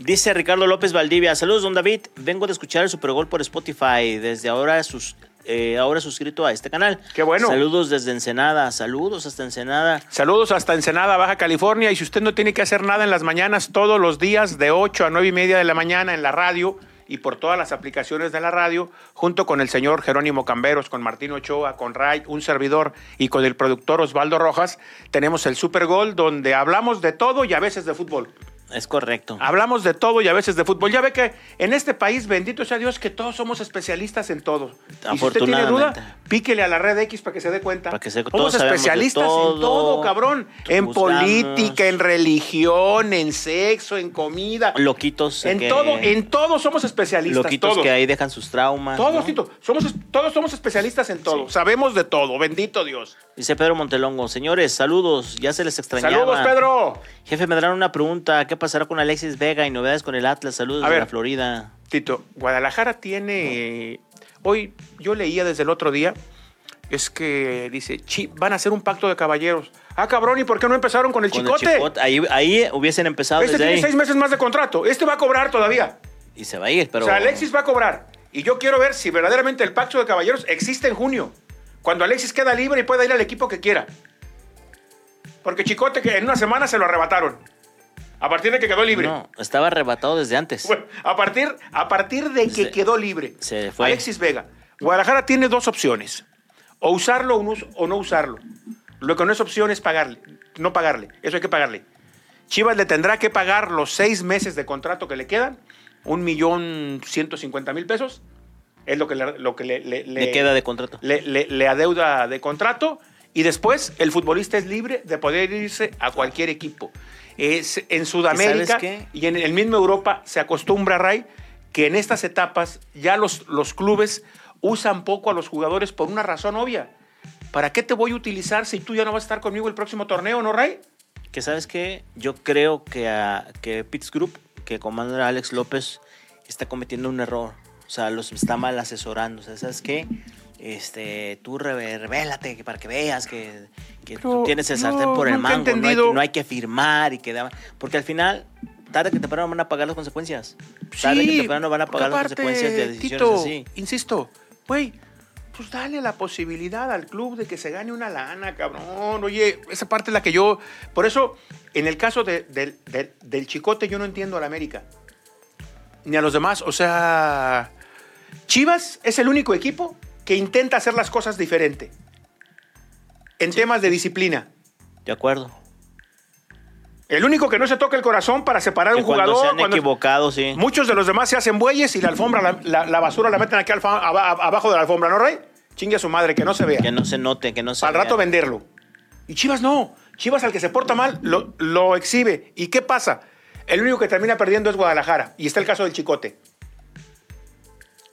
Speaker 2: Dice Ricardo López Valdivia, saludos don David, vengo de escuchar el Supergol por Spotify, desde ahora, sus, eh, ahora suscrito a este canal.
Speaker 1: Qué bueno.
Speaker 2: Saludos desde Ensenada, saludos hasta Ensenada.
Speaker 1: Saludos hasta Ensenada, Baja California. Y si usted no tiene que hacer nada en las mañanas, todos los días de 8 a 9 y media de la mañana en la radio y por todas las aplicaciones de la radio, junto con el señor Jerónimo Camberos, con Martín Ochoa, con Ray, un servidor y con el productor Osvaldo Rojas, tenemos el Super Gol donde hablamos de todo y a veces de fútbol.
Speaker 2: Es correcto.
Speaker 1: Hablamos de todo y a veces de fútbol. Ya ve que en este país, bendito sea Dios, que todos somos especialistas en todo. Y si usted tiene
Speaker 2: Afortunadamente.
Speaker 1: duda, píquele a la red X para que se dé cuenta.
Speaker 2: Para que se- todos
Speaker 1: somos
Speaker 2: sabemos de
Speaker 1: especialistas en todo,
Speaker 2: todo.
Speaker 1: cabrón. En
Speaker 2: Juzgamos.
Speaker 1: política, en religión, en sexo, en comida.
Speaker 2: Loquitos.
Speaker 1: en
Speaker 2: que-
Speaker 1: todo, en todo somos especialistas.
Speaker 2: Loquitos
Speaker 1: todos.
Speaker 2: que ahí dejan sus traumas.
Speaker 1: Todos,
Speaker 2: ¿no?
Speaker 1: Tito, somos, es- todos somos especialistas en todo.
Speaker 2: Sí.
Speaker 1: Sabemos de todo, bendito Dios.
Speaker 2: Dice Pedro Montelongo, señores, saludos, ya se les extrañaba.
Speaker 1: Saludos, Pedro.
Speaker 2: Jefe, me darán una pregunta, ¿qué pasará con Alexis Vega y novedades con el Atlas? Saludos
Speaker 1: A
Speaker 2: de
Speaker 1: ver.
Speaker 2: la Florida.
Speaker 1: Tito, Guadalajara tiene. eh, Hoy yo leía desde el otro día. Es que dice, "Chi- van a hacer un pacto de caballeros. Ah, cabrón, ¿y por qué no empezaron con el
Speaker 2: Con el
Speaker 1: chicote?
Speaker 2: Chicote, ahí, ahí hubiesen empezado
Speaker 1: este
Speaker 2: desde
Speaker 1: tiene
Speaker 2: ahí.
Speaker 1: seis meses más de contrato. Este va a cobrar todavía.
Speaker 2: Y se va a ir, pero...
Speaker 1: O sea, Alexis va a cobrar. Y yo quiero ver si verdaderamente el pacto de caballeros existe en junio. Cuando Alexis queda libre y pueda ir al equipo que quiera. Porque Chicote, que en una semana se lo arrebataron. A partir de que quedó libre.
Speaker 2: No, estaba arrebatado desde antes.
Speaker 1: Bueno, a partir, a partir de que
Speaker 2: Se-
Speaker 1: quedó libre.
Speaker 2: se fue.
Speaker 1: Alexis Vega. Guadalajara tiene dos opciones. O usarlo o no us- o no usarlo. Lo que no es opción es pagarle. No pagarle. Eso hay que pagarle. Chivas le tendrá que pagar los seis meses de contrato que le quedan. Un millón ciento cincuenta mil pesos. Es lo que le, lo que le- le-
Speaker 2: Le queda de contrato.
Speaker 1: le- le- le adeuda de contrato y después el futbolista es libre de poder irse a cualquier equipo. Es, en Sudamérica
Speaker 2: ¿Y sabes qué?
Speaker 1: y en el mismo Europa se acostumbra, Ray, que en estas etapas ya los, los clubes usan poco a los jugadores por una razón obvia. ¿Para qué te voy a utilizar si tú ya no vas a estar conmigo el próximo torneo, no, Ray?
Speaker 2: Que sabes que yo creo que, a, que Pitts Group, que comanda Alex López, está cometiendo un error. O sea, los está mal asesorando. O sea, ¿sabes qué? Este, tú re- revélate que- para que veas que, que
Speaker 1: Pero
Speaker 2: tú tienes el
Speaker 1: no,
Speaker 2: sartén por
Speaker 1: nunca
Speaker 2: el
Speaker 1: he
Speaker 2: mango. No hay,
Speaker 1: entendido.
Speaker 2: no hay que firmar y que da- Porque al final, tarde que temprano van a pagar las consecuencias. Tarde que temprano van a
Speaker 1: porque
Speaker 2: pagar las
Speaker 1: aparte,
Speaker 2: consecuencias de decisiones
Speaker 1: Tito,
Speaker 2: así.
Speaker 1: Insisto, güey, pues dale la posibilidad al club de que se gane una lana, cabrón. Oye, esa parte es la que yo. Por eso, en el caso de- del- del- del Chicote, yo no entiendo a la América. Ni a los demás. O sea. Chivas es el único equipo que intenta hacer las cosas diferente. En temas de disciplina.
Speaker 2: De acuerdo.
Speaker 1: El único que no se toca el corazón para separar
Speaker 2: Que
Speaker 1: un jugador.
Speaker 2: cuando se han
Speaker 1: cuando-
Speaker 2: equivocado, sí.
Speaker 1: Muchos de los demás se hacen bueyes y la alfombra, la, la- la basura la meten aquí alfa- aba- abajo de la alfombra, ¿no, Rey? Chingue a su madre, que no se vea.
Speaker 2: Que no se note, que no se
Speaker 1: Al rato
Speaker 2: vea.
Speaker 1: venderlo. Y Chivas no. Chivas al que se porta mal lo, lo exhibe. ¿Y qué pasa? El único que termina perdiendo es Guadalajara. Y está el caso del Chicote.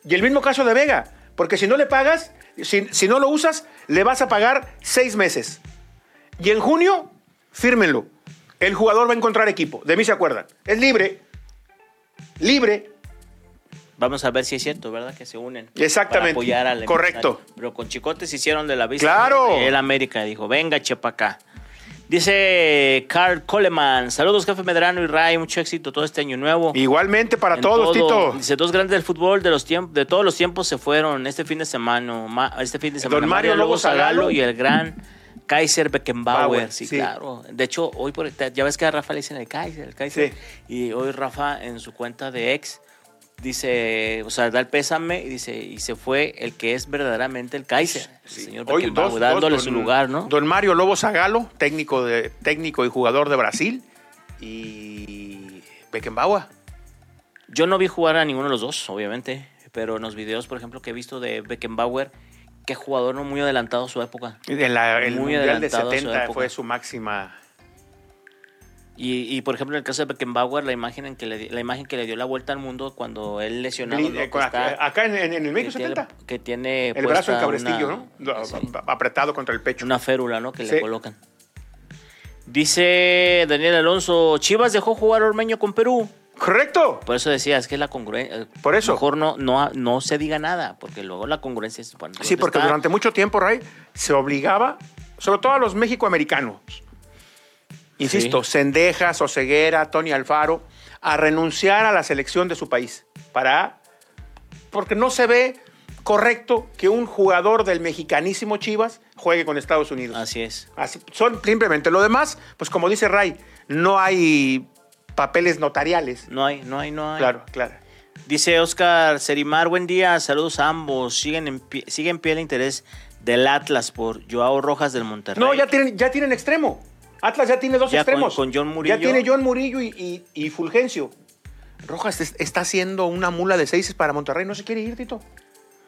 Speaker 1: Y el mismo caso de Vega. Porque si no le pagas, si, si no lo usas, le vas a pagar seis meses. Y en junio, fírmenlo. El jugador va a encontrar equipo. De mí se acuerdan. Es libre. Libre.
Speaker 2: Vamos a ver si es cierto, ¿verdad? Que se unen.
Speaker 1: Exactamente.
Speaker 2: Para apoyar al
Speaker 1: Correcto.
Speaker 2: empresario. Pero con Chicote se hicieron de la vista.
Speaker 1: ¡Claro!
Speaker 2: El América dijo, venga, chepa acá. Dice Carl Coleman, saludos jefe Medrano y Ray, mucho éxito todo este año nuevo.
Speaker 1: Igualmente para
Speaker 2: En
Speaker 1: todos,
Speaker 2: todo.
Speaker 1: Tito.
Speaker 2: Dice, dos grandes del fútbol de los tiempos, de todos los tiempos se fueron este fin de semana, ma- este fin de semana.
Speaker 1: Don Mario Lobo Zagallo.
Speaker 2: y el gran Kaiser Beckenbauer,
Speaker 1: Bauer,
Speaker 2: sí,
Speaker 1: sí.
Speaker 2: claro. De hecho, hoy por ya ves que a Rafa le dicen el Kaiser, el Kaiser.
Speaker 1: Sí.
Speaker 2: Y hoy Rafa en su cuenta de ex dice, o sea, da el pésame y dice, y se fue el que es verdaderamente el Kaiser,
Speaker 1: Sí.
Speaker 2: el señor
Speaker 1: Oye,
Speaker 2: Beckenbauer,
Speaker 1: dos-
Speaker 2: dándole
Speaker 1: dos,
Speaker 2: su
Speaker 1: don-
Speaker 2: lugar, ¿no?
Speaker 1: Don Mario Lobo Zagalo, técnico, de, técnico y jugador de Brasil. Y Beckenbauer.
Speaker 2: Yo no vi jugar a ninguno de los dos, obviamente, pero en los videos, por ejemplo, que he visto de Beckenbauer, que jugador no muy adelantado a su época.
Speaker 1: En la- el
Speaker 2: Muy
Speaker 1: Mundial de
Speaker 2: adelantado a su
Speaker 1: 70
Speaker 2: época.
Speaker 1: fue su máxima.
Speaker 2: Y, y, por ejemplo, en el caso de Beckenbauer, la imagen, en que le, di- la imagen que le dio la vuelta al mundo cuando él lesionado. ¿no?
Speaker 1: Eh,
Speaker 2: que está-
Speaker 1: acá en, en- en el México
Speaker 2: que tiene-
Speaker 1: 70.
Speaker 2: que tiene
Speaker 1: El brazo
Speaker 2: puesta
Speaker 1: encabrestillo,
Speaker 2: una-
Speaker 1: ¿no? Lo-
Speaker 2: sí,
Speaker 1: a- Apretado contra el pecho.
Speaker 2: una férula, ¿no? Que
Speaker 1: Sí.
Speaker 2: le colocan. Dice Daniel Alonso, Chivas dejó jugar a Ormeño con Perú.
Speaker 1: Correcto.
Speaker 2: Por eso decía, es que la congruencia... eh,
Speaker 1: Por eso.
Speaker 2: Mejor no, no, no se diga nada, porque luego la congruencia es... bueno,
Speaker 1: Sí,
Speaker 2: ¿dónde
Speaker 1: porque
Speaker 2: está?
Speaker 1: durante mucho tiempo, Ray, se obligaba, sobre todo a los mexicoamericanos, insisto, Cendeja, Soseguera, Tony Alfaro, a renunciar a la selección de su país. Para. Porque no se ve correcto que un jugador del mexicanísimo Chivas juegue con Estados Unidos.
Speaker 2: Así es.
Speaker 1: Así, son simplemente lo demás, pues como dice Ray, no hay papeles notariales.
Speaker 2: No hay, no hay, no hay.
Speaker 1: Claro, claro.
Speaker 2: Dice Oscar Serimar, buen día, saludos a ambos. Siguen en pie, sigue en pie el interés del Atlas por Joao Rojas del Monterrey.
Speaker 1: No, ya tienen, ya tienen extremo. Atlas ya tiene dos
Speaker 2: Ya con-
Speaker 1: extremos.
Speaker 2: con John Murillo.
Speaker 1: Ya tiene John Murillo y, y- y Fulgencio. Rojas es- está haciendo una mula de seis para Monterrey. No se quiere ir, Tito.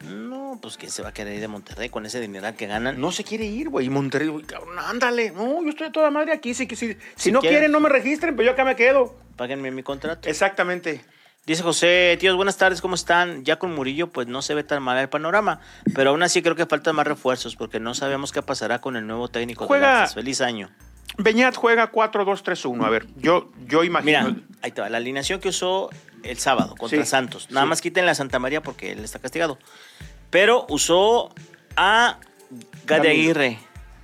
Speaker 2: No, pues que se va a querer ir de Monterrey con ese dineral que ganan.
Speaker 1: No se quiere ir, güey. Y Monterrey, güey, cabrón, ándale. No, yo estoy a toda madre aquí. Si, si, si, no
Speaker 2: quieren.
Speaker 1: quieren, no me registren, pero yo acá me quedo.
Speaker 2: Páguenme mi contrato.
Speaker 1: Exactamente.
Speaker 2: Dice José, tíos, buenas tardes, ¿cómo están? Ya con Murillo, pues no se ve tan mal el panorama, pero aún así creo que faltan más refuerzos porque no sabemos qué pasará con el nuevo técnico. del
Speaker 1: Juega-
Speaker 2: Atlas. Feliz año.
Speaker 1: Beñat juega 4-2-3-1. A ver, yo, yo imagino.
Speaker 2: Mira, ahí te va, la alineación que usó el sábado contra
Speaker 1: Sí,
Speaker 2: Santos. Nada
Speaker 1: sí.
Speaker 2: más quiten la Santa María porque él está castigado. Pero usó a Gade
Speaker 1: Gamiro.
Speaker 2: Aguirre,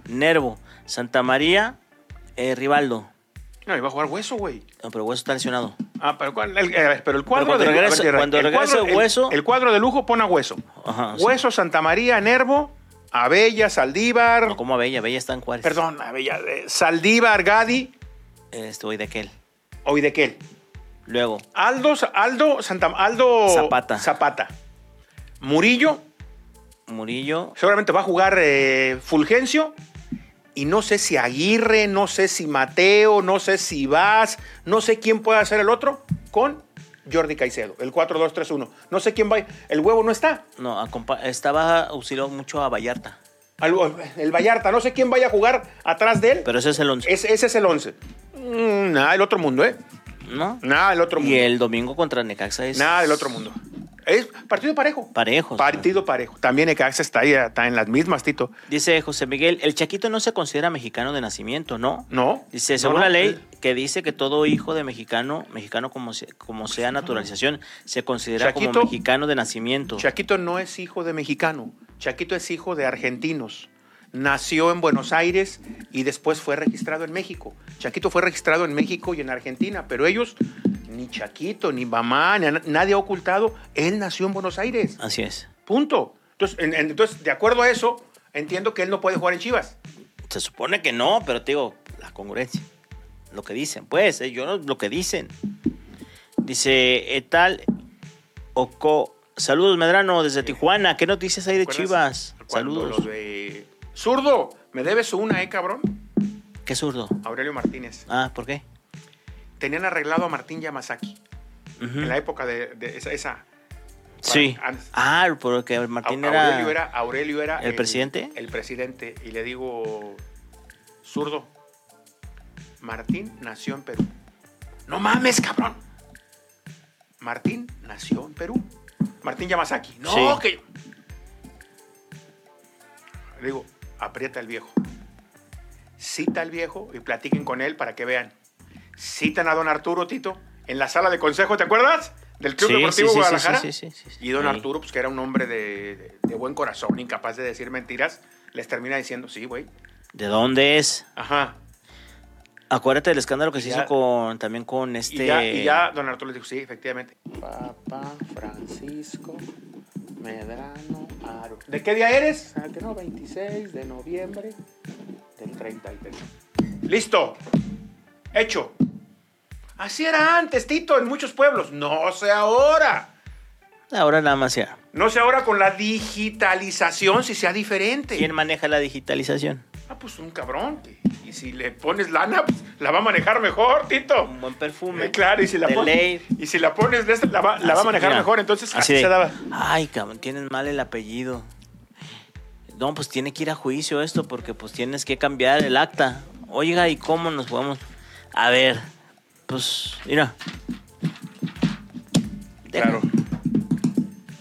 Speaker 2: Nervo, Santa María, eh, Rivaldo.
Speaker 1: No, iba a jugar hueso, güey.
Speaker 2: No, pero Hueso está lesionado.
Speaker 1: Ah, pero, cuál- el, a ver, pero el cuadro
Speaker 2: Pero cuando
Speaker 1: de
Speaker 2: regrese-
Speaker 1: a ver,
Speaker 2: cuando regrese
Speaker 1: cuadro-
Speaker 2: Hueso-
Speaker 1: El, cuadro de lujo pone a hueso.
Speaker 2: Ajá, Ah, sí.
Speaker 1: Hueso, Santa María, Nervo, Abella, Saldívar.
Speaker 2: No, como Bella, Bella está en Juárez.
Speaker 1: Perdón, Abella. eh, Saldívar, Gadi,
Speaker 2: Eh, Este voy de aquel.
Speaker 1: Oidequel.
Speaker 2: Luego,
Speaker 1: Aldo, Aldo, Santa, Aldo
Speaker 2: Zapata.
Speaker 1: Zapata. Murillo,
Speaker 2: Murillo.
Speaker 1: seguramente va a jugar eh, Fulgencio. Y no sé si Aguirre, no sé si Mateo, no sé si Vaz, no sé quién puede ser el otro con Jordi Caicedo, el 4-2-3-1. No sé quién va. a- El huevo no está.
Speaker 2: No, acompa- estaba auxiliado mucho a Vallarta.
Speaker 1: Al- El Vallarta, no sé quién vaya a jugar atrás de él.
Speaker 2: Pero ese es el 11.
Speaker 1: Ese, ese es el 11. nada, el otro mundo, ¿eh?
Speaker 2: ¿No?
Speaker 1: Nada, el otro
Speaker 2: Y
Speaker 1: mundo.
Speaker 2: el domingo contra Necaxa es
Speaker 1: Nada, el otro mundo. Es partido parejo.
Speaker 2: parejo.
Speaker 1: Partido parejo. También Ecaxa está ahí, está en las mismas, Tito.
Speaker 2: Dice José Miguel, el Chaquito no se considera mexicano de nacimiento, ¿no?
Speaker 1: No.
Speaker 2: Dice,
Speaker 1: No,
Speaker 2: según
Speaker 1: no. eh.
Speaker 2: la ley que dice que todo hijo de mexicano, mexicano como, se- como sea naturalización, se considera
Speaker 1: Chaquito.
Speaker 2: como mexicano de nacimiento.
Speaker 1: Chaquito no es hijo de mexicano. Chaquito es hijo de argentinos. Nació en Buenos Aires y después fue registrado en México. Chaquito fue registrado en México y en Argentina, pero ellos, ni Chaquito, ni mamá, ni a- nadie ha ocultado, él nació en Buenos Aires.
Speaker 2: Así es.
Speaker 1: Punto. Entonces, en- en- entonces, de acuerdo a eso, entiendo que él no puede jugar en Chivas.
Speaker 2: Se supone que no, pero te digo, la congruencia. Lo que dicen, pues, eh, yo no, lo que dicen. Dice, eh, tal Oco. Saludos, Medrano, desde Tijuana. ¿Qué noticias hay de
Speaker 1: ¿Recuerdas
Speaker 2: Chivas?
Speaker 1: cuando
Speaker 2: Saludos.
Speaker 1: lo de- Zurdo, me debes una, ¿eh, cabrón?
Speaker 2: Qué zurdo.
Speaker 1: Aurelio Martínez.
Speaker 2: Ah, ¿por qué?
Speaker 1: Tenían arreglado a Martín Yamazaki
Speaker 2: Ujú.
Speaker 1: en la época de, de esa. esa-
Speaker 2: Sí.
Speaker 1: antes.
Speaker 2: Ah, porque Martín
Speaker 1: Au-
Speaker 2: era...
Speaker 1: Aurelio era. Aurelio era
Speaker 2: ¿El presidente?
Speaker 1: El presidente. Y le digo, Zurdo, Martín nació en Perú. No mames, cabrón. Martín nació en Perú. Martín Yamazaki. No,
Speaker 2: Sí.
Speaker 1: que. Le digo, aprieta al viejo. Cita al viejo y platiquen con él para que vean. Citan a don Arturo, Tito, en la sala de consejo, ¿te acuerdas? Del Club
Speaker 2: Sí,
Speaker 1: Deportivo
Speaker 2: sí, sí, sí,
Speaker 1: Guadalajara.
Speaker 2: sí, sí, sí, sí.
Speaker 1: Y don
Speaker 2: Ahí.
Speaker 1: Arturo, pues que era un hombre de, de- de buen corazón, incapaz de decir mentiras, les termina diciendo, sí, güey.
Speaker 2: ¿De dónde es?
Speaker 1: Ajá.
Speaker 2: Acuérdate del escándalo que se
Speaker 1: Y ya-
Speaker 2: hizo con también con
Speaker 1: Y,
Speaker 2: este.
Speaker 1: ya, y ya don Arturo les dijo, sí, efectivamente. Papa Francisco Medrano Aro. ¿De qué día eres? Ah, que no, 26 de noviembre del 33. Listo. Hecho. Así era antes, Tito, en muchos pueblos. No sé ahora.
Speaker 2: Ahora nada más ya.
Speaker 1: No sé ahora con la digitalización si sea diferente.
Speaker 2: ¿Quién maneja la digitalización?
Speaker 1: Ah, pues un cabrón. que- Y si le pones lana, pues, la va a manejar mejor, Tito.
Speaker 2: Un buen perfume.
Speaker 1: Eh, Claro, y si la,
Speaker 2: De
Speaker 1: pones-
Speaker 2: ley.
Speaker 1: y si la pones de esta, la va, la va a
Speaker 2: Así,
Speaker 1: manejar
Speaker 2: mira,
Speaker 1: mejor. Entonces, así,
Speaker 2: de,
Speaker 1: se daba.
Speaker 2: Ay, cabrón, tienen mal el apellido. No, pues tiene que ir a juicio esto porque pues tienes que cambiar el acta. Oiga, ¿y cómo nos podemos...? A ver, pues, mira. Deja.
Speaker 1: Claro.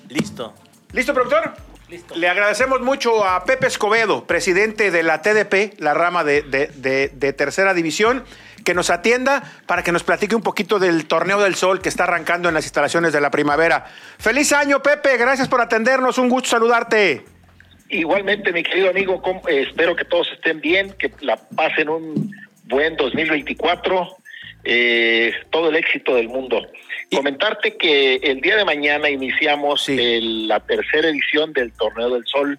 Speaker 2: Listo.
Speaker 1: ¿Listo, productor?
Speaker 2: Listo.
Speaker 1: Le agradecemos mucho a Pepe Escobedo, presidente de la TDP, la rama de, de- de- de tercera división, que nos atienda para que nos platique un poquito del Torneo del Sol que está arrancando en las instalaciones de la primavera. ¡Feliz año, Pepe! Gracias por atendernos. Un gusto saludarte.
Speaker 3: Igualmente, mi querido amigo, com- eh, espero que todos estén bien, que la pasen un buen 2024, eh, todo el éxito del mundo.
Speaker 1: Y-
Speaker 3: Comentarte que el día de mañana iniciamos
Speaker 1: Sí.
Speaker 3: el- la tercera edición del Torneo del Sol.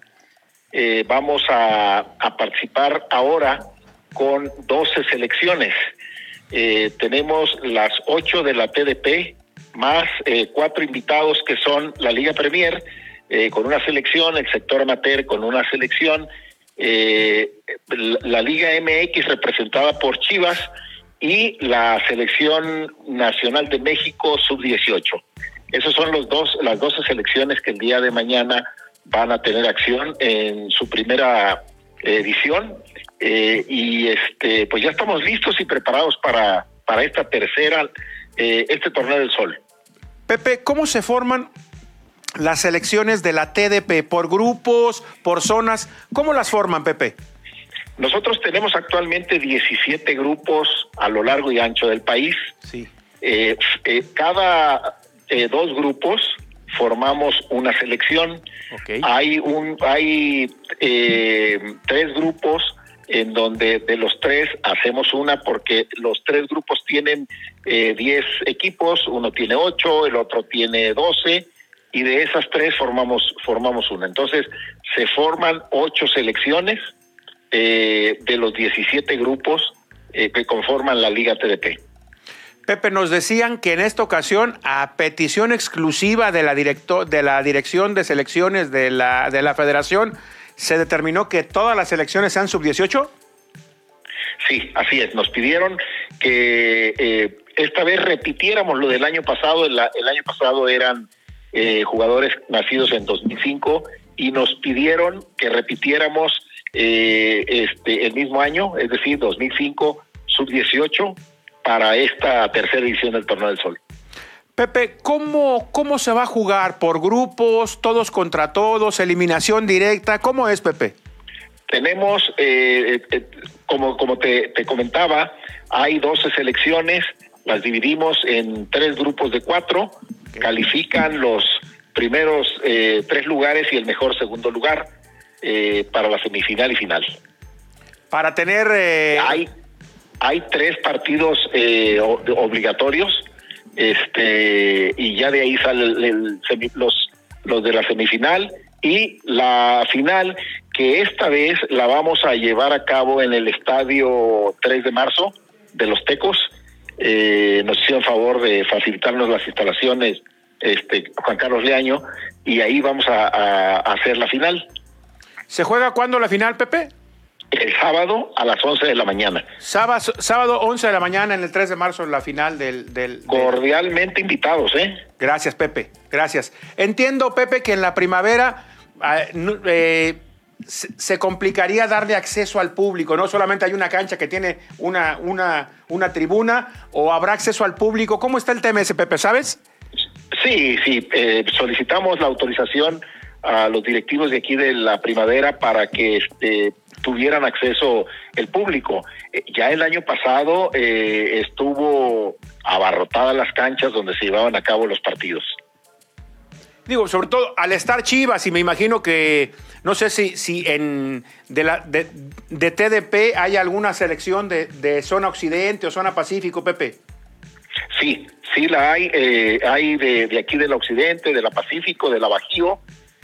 Speaker 3: Eh, vamos a, a participar ahora con 12 selecciones. Eh, tenemos las 8 de la TDP, más eh, cuatro invitados que son la Liga Premier, eh, con una selección, el sector amateur con una selección, eh, la la Liga MX representada por Chivas y la Selección Nacional de México Sub-18. Esos son los dos, las 12 selecciones que el día de mañana van a tener acción en su primera edición. Eh, y este, pues ya estamos listos y preparados para, para esta tercera, eh, este torneo del sol.
Speaker 1: Pepe, ¿cómo se forman las selecciones de la TDP? ¿Por grupos, por zonas? ¿Cómo las forman, Pepe?
Speaker 3: Nosotros tenemos actualmente 17 grupos a lo largo y ancho del país.
Speaker 1: Sí.
Speaker 3: Eh, eh, cada eh, dos grupos formamos una selección.
Speaker 2: Ok.
Speaker 3: Hay un, hay eh, tres grupos en donde de los tres hacemos una porque los tres grupos tienen eh, 10 equipos, uno tiene 8, el otro tiene 12 y de esas tres formamos formamos una. Entonces se forman ocho selecciones eh, de los 17 grupos eh, que conforman la Liga TDP.
Speaker 1: Pepe, nos decían que en esta ocasión, a petición exclusiva de la, directo- de la Dirección de Selecciones de la, de la Federación, se determinó que todas las selecciones sean sub-18.
Speaker 3: Sí, así es. Nos pidieron que eh, esta vez repitiéramos lo del año pasado. El, a- el año pasado eran eh, jugadores nacidos en 2005 y nos pidieron que repitiéramos eh, este, el mismo año, es decir, 2005 sub 18 para esta tercera edición del Torneo del Sol.
Speaker 1: Pepe, ¿cómo, ¿cómo se va a jugar? ¿Por grupos? ¿Todos contra todos? ¿Eliminación directa? ¿Cómo es, Pepe?
Speaker 3: Tenemos, eh, eh, eh, como, como te, te comentaba, hay 12 selecciones, las dividimos en tres grupos de cuatro, califican los primeros eh, tres lugares y el mejor segundo lugar eh, para la semifinal y final.
Speaker 1: Para tener... eh,
Speaker 3: Hay, hay tres partidos eh, o- obligatorios este y ya de ahí salen los, los de la semifinal y la final que esta vez la vamos a llevar a cabo en el estadio 3 de marzo de los Tecos. Eh, nos hicieron favor de facilitarnos las instalaciones este Juan Carlos Leaño y ahí vamos a- a- a hacer la final
Speaker 1: ¿Se juega cuándo la final, Pepe?
Speaker 3: el sábado a las 11 de la mañana.
Speaker 1: Sábado, sábado 11 de la mañana, en el 3 de marzo, la final del... del- del-
Speaker 3: Cordialmente invitados, ¿eh?
Speaker 1: Gracias, Pepe. Gracias. Entiendo, Pepe, que en la primavera ah, no- eh, se, se complicaría darle acceso al público. No solamente hay una cancha que tiene una, una, una tribuna o habrá acceso al público. ¿Cómo está el tema ese, Pepe? ¿Sabes?
Speaker 3: Sí, sí, eh, solicitamos la autorización a los directivos de aquí de la primavera para que este, tuvieran acceso el público. Eh, ya el año pasado eh, estuvo abarrotadas las canchas donde se llevaban a cabo los partidos.
Speaker 1: Digo, sobre todo al estar Chivas, y me imagino que no sé si, si en de la de, de TDP hay alguna selección de, de zona occidente o zona pacífico, Pepe.
Speaker 3: Sí, sí la hay, eh, hay de, de aquí del occidente, de la Pacífico, de la Bajío,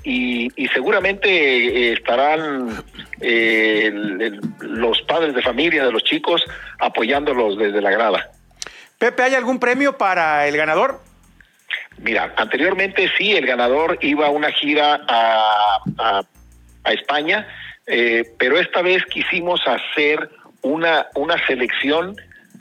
Speaker 3: y, y seguramente eh, estarán eh, el- el- los padres de familia de los chicos apoyándolos desde la grada.
Speaker 1: Pepe, ¿hay algún premio para el ganador?
Speaker 3: Mira, anteriormente sí, el ganador iba a una gira a, a, a España, eh, pero esta vez quisimos hacer una, una selección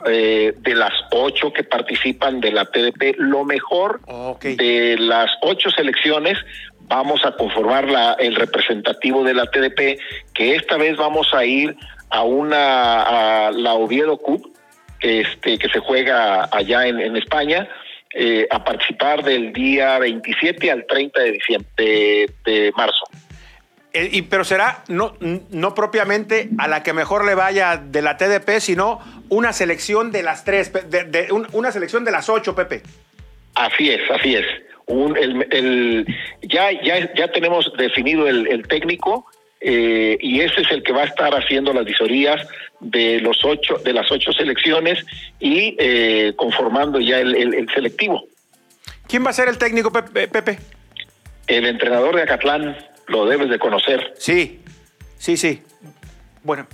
Speaker 3: eh, de las ocho que participan de la TDP, lo mejor
Speaker 1: Ok.
Speaker 3: de las ocho selecciones vamos a conformar la- el representativo de la TDP, que esta vez vamos a ir a una a la Oviedo Cup, este, que se juega allá en, en España, eh, a participar del día 27 al 30 de diciembre de- de marzo.
Speaker 1: Eh, y- pero será no, no propiamente a la que mejor le vaya de la TDP, sino una selección de las tres, pe- de- de un- una selección de las ocho, Pepe.
Speaker 3: Así es, así es. Un- el- el- ya, ya, ya tenemos definido el, el técnico eh, y ese es el que va a estar haciendo las visorías de los ocho, de las ocho selecciones y eh, conformando ya el, el- el selectivo.
Speaker 1: ¿Quién va a ser el técnico, Pepe? Pepe?
Speaker 3: El entrenador de Acatlán lo debes de conocer.
Speaker 1: Sí, sí, sí. Bueno,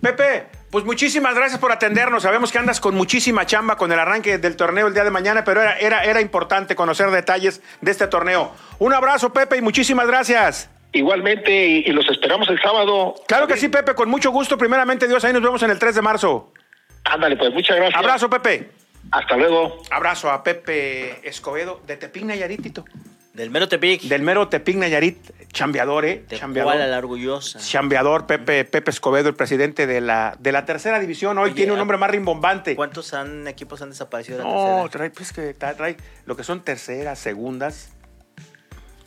Speaker 1: Pepe, pues muchísimas gracias por atendernos. Sabemos que andas con muchísima chamba con el arranque del torneo el día de mañana, pero era, era, era importante conocer detalles de este torneo. Un abrazo, Pepe, y muchísimas gracias.
Speaker 3: Igualmente, y, y los esperamos el sábado.
Speaker 1: Claro que sí, Pepe, con mucho gusto. Primeramente, Dios, ahí nos vemos en el 3 de marzo.
Speaker 3: Ándale, pues muchas gracias.
Speaker 1: Abrazo, Pepe.
Speaker 3: Hasta luego.
Speaker 1: Abrazo a Pepe Escobedo de Tepic Nayarit, Tito.
Speaker 2: Del mero Tepic.
Speaker 1: Del mero Tepic Nayarit, chambeador, ¿eh?
Speaker 2: de
Speaker 1: chambeador.
Speaker 2: Kuala la orgullosa.
Speaker 1: Chambeador Pepe, Pepe Escobedo, el presidente de la, de la tercera división. Hoy
Speaker 2: Oye,
Speaker 1: tiene un
Speaker 2: ah,
Speaker 1: nombre más rimbombante.
Speaker 2: ¿Cuántos han, equipos han desaparecido de la
Speaker 1: No,
Speaker 2: tercera?
Speaker 1: trae, pues que tra- trae lo que son terceras, segundas.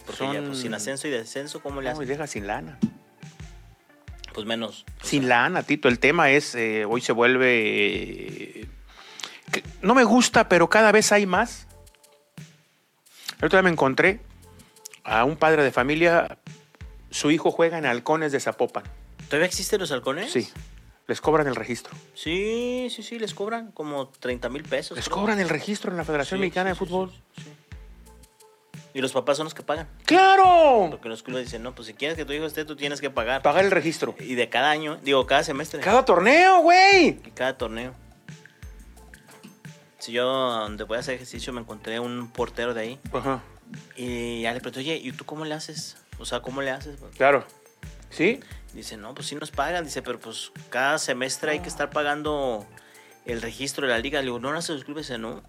Speaker 2: Porque
Speaker 1: son- Ah,
Speaker 2: ya, pues, sin ascenso y descenso, ¿cómo le
Speaker 1: No, y
Speaker 2: hacen?
Speaker 1: deja sin lana.
Speaker 2: Pues menos.
Speaker 1: Sin lana, Tito. El tema es, eh, hoy se vuelve... eh, que no me gusta, pero cada vez hay más. El otro día me encontré a un padre de familia, su hijo juega en halcones de Zapopan.
Speaker 2: ¿Todavía existen los halcones?
Speaker 1: Sí, les cobran el registro.
Speaker 2: Sí, sí, sí, les cobran como 30 mil pesos.
Speaker 1: Les
Speaker 2: creo.
Speaker 1: cobran el registro en la Federación
Speaker 2: Sí,
Speaker 1: Mexicana
Speaker 2: sí,
Speaker 1: de
Speaker 2: sí,
Speaker 1: Fútbol.
Speaker 2: sí, sí. Y los papás son los que pagan.
Speaker 1: ¡Claro!
Speaker 2: Porque los clubes dicen, no, pues si quieres que tu hijo esté, tú tienes que pagar.
Speaker 1: Pagar el registro.
Speaker 2: Y de cada año, digo, cada semestre.
Speaker 1: Cada torneo, güey.
Speaker 2: Y cada torneo. Si yo donde voy a hacer ejercicio me encontré un portero de ahí.
Speaker 1: Ajá,
Speaker 2: Y ya le pregunté, oye, ¿y tú cómo le haces? O sea, ¿cómo le haces? Pues,
Speaker 1: claro. ¿Sí?
Speaker 2: Dice, no, pues sí nos pagan. Dice, pero pues cada semestre hay que estar pagando el registro de la liga. Le digo, no, no se suscribe. Dice, no.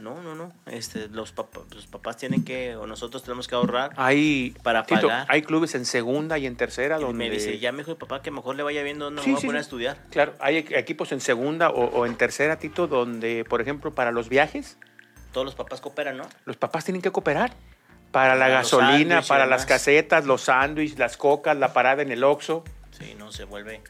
Speaker 2: No, no, no. Este, los, papás, los papás tienen que, o nosotros tenemos que
Speaker 1: Ah,
Speaker 2: ahorrar.
Speaker 1: Hay,
Speaker 2: Para
Speaker 1: Tito,
Speaker 2: pagar.
Speaker 1: hay clubes en segunda y en tercera
Speaker 2: Y
Speaker 1: donde...
Speaker 2: me dice, ya me dijo el papá que mejor le vaya viendo dónde
Speaker 1: Sí,
Speaker 2: me voy
Speaker 1: sí,
Speaker 2: a
Speaker 1: sí.
Speaker 2: poner a estudiar.
Speaker 1: Claro, hay equ- equipos en segunda o, o en tercera, Tito, donde, por ejemplo, para los viajes,
Speaker 2: Todos los papás cooperan, ¿no?
Speaker 1: los papás tienen que cooperar. Para la
Speaker 2: Para los
Speaker 1: gasolina,
Speaker 2: sándwiches y
Speaker 1: para las
Speaker 2: demás.
Speaker 1: casetas, los sándwiches, las cocas, la parada en el Oxxo.
Speaker 2: Sí, no se vuelve.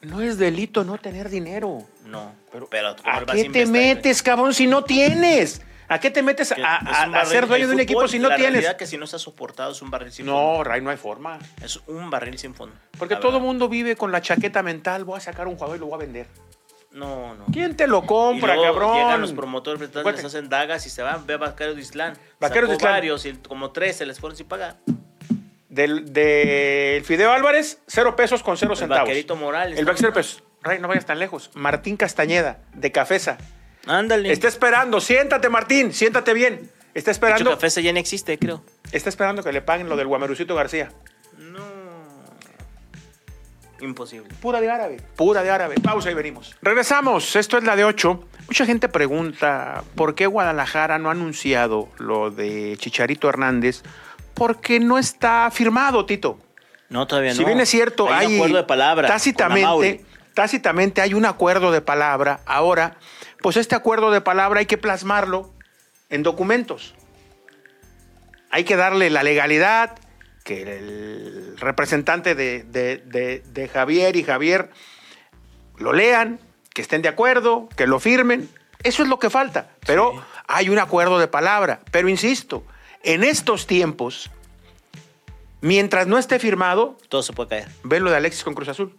Speaker 1: No es delito no tener dinero.
Speaker 2: No. Pero, ¿cómo
Speaker 1: ¿A
Speaker 2: le vas
Speaker 1: qué te
Speaker 2: inventar?
Speaker 1: metes, cabrón, si no tienes? ¿A qué te metes
Speaker 2: Que
Speaker 1: a, a-
Speaker 2: es un
Speaker 1: a
Speaker 2: barril.
Speaker 1: ser dueño
Speaker 2: El
Speaker 1: de un equipo
Speaker 2: fútbol,
Speaker 1: si no
Speaker 2: la
Speaker 1: tienes?
Speaker 2: realidad que si no está soportado es un barril sin
Speaker 1: No,
Speaker 2: fondo.
Speaker 1: Ray, no hay forma.
Speaker 2: Es un barril sin fondo.
Speaker 1: Porque
Speaker 2: la
Speaker 1: todo el
Speaker 2: verdad.
Speaker 1: mundo vive con la chaqueta mental, voy a sacar un jugador y lo voy a vender.
Speaker 2: No, no.
Speaker 1: ¿Quién te lo compra,
Speaker 2: y luego
Speaker 1: cabrón?
Speaker 2: Llegan los promotores británicos,
Speaker 1: Acuérdate.
Speaker 2: les hacen dagas y se van. Ve a Vaqueros de Islán.
Speaker 1: Vaqueros
Speaker 2: Vaqueros
Speaker 1: de
Speaker 2: de
Speaker 1: Islán.
Speaker 2: varios y como tres se les fueron sin pagar.
Speaker 1: Del, del Fideo Álvarez, cero pesos con cero
Speaker 2: El
Speaker 1: centavos.
Speaker 2: Vaquerito Morales.
Speaker 1: El
Speaker 2: ¿no?
Speaker 1: Vaquero, cero pesos. Ray, no vayas tan lejos. Martín Castañeda, de Cafesa.
Speaker 2: Ándale.
Speaker 1: Está esperando. Siéntate, Martín. Siéntate bien. Está
Speaker 2: De hecho,
Speaker 1: esperando.
Speaker 2: café ese ya no existe, creo.
Speaker 1: Está esperando que le paguen lo del Guamerucito García.
Speaker 2: No. Imposible.
Speaker 1: Pura de árabe. Pura de árabe. Pausa y venimos. Regresamos. Esto es la de 8. Mucha gente pregunta por qué Guadalajara no ha anunciado lo de Chicharito Hernández. Porque no está firmado, Tito.
Speaker 2: No, todavía no.
Speaker 1: Si bien es cierto, hay,
Speaker 2: un acuerdo de palabra. con
Speaker 1: Tácitamente,
Speaker 2: Amauri.
Speaker 1: tácitamente hay un acuerdo de palabra. Ahora, pues este acuerdo de palabra hay que plasmarlo en documentos. Hay que darle la legalidad que el representante de, de- de- de Javier y Javier lo lean, que estén de acuerdo, que lo firmen. Eso es lo que falta. Pero hay un acuerdo de palabra. Pero insisto, en estos tiempos, mientras no esté firmado,
Speaker 2: Todo se puede caer.
Speaker 1: Ve lo de Alexis con Cruz Azul.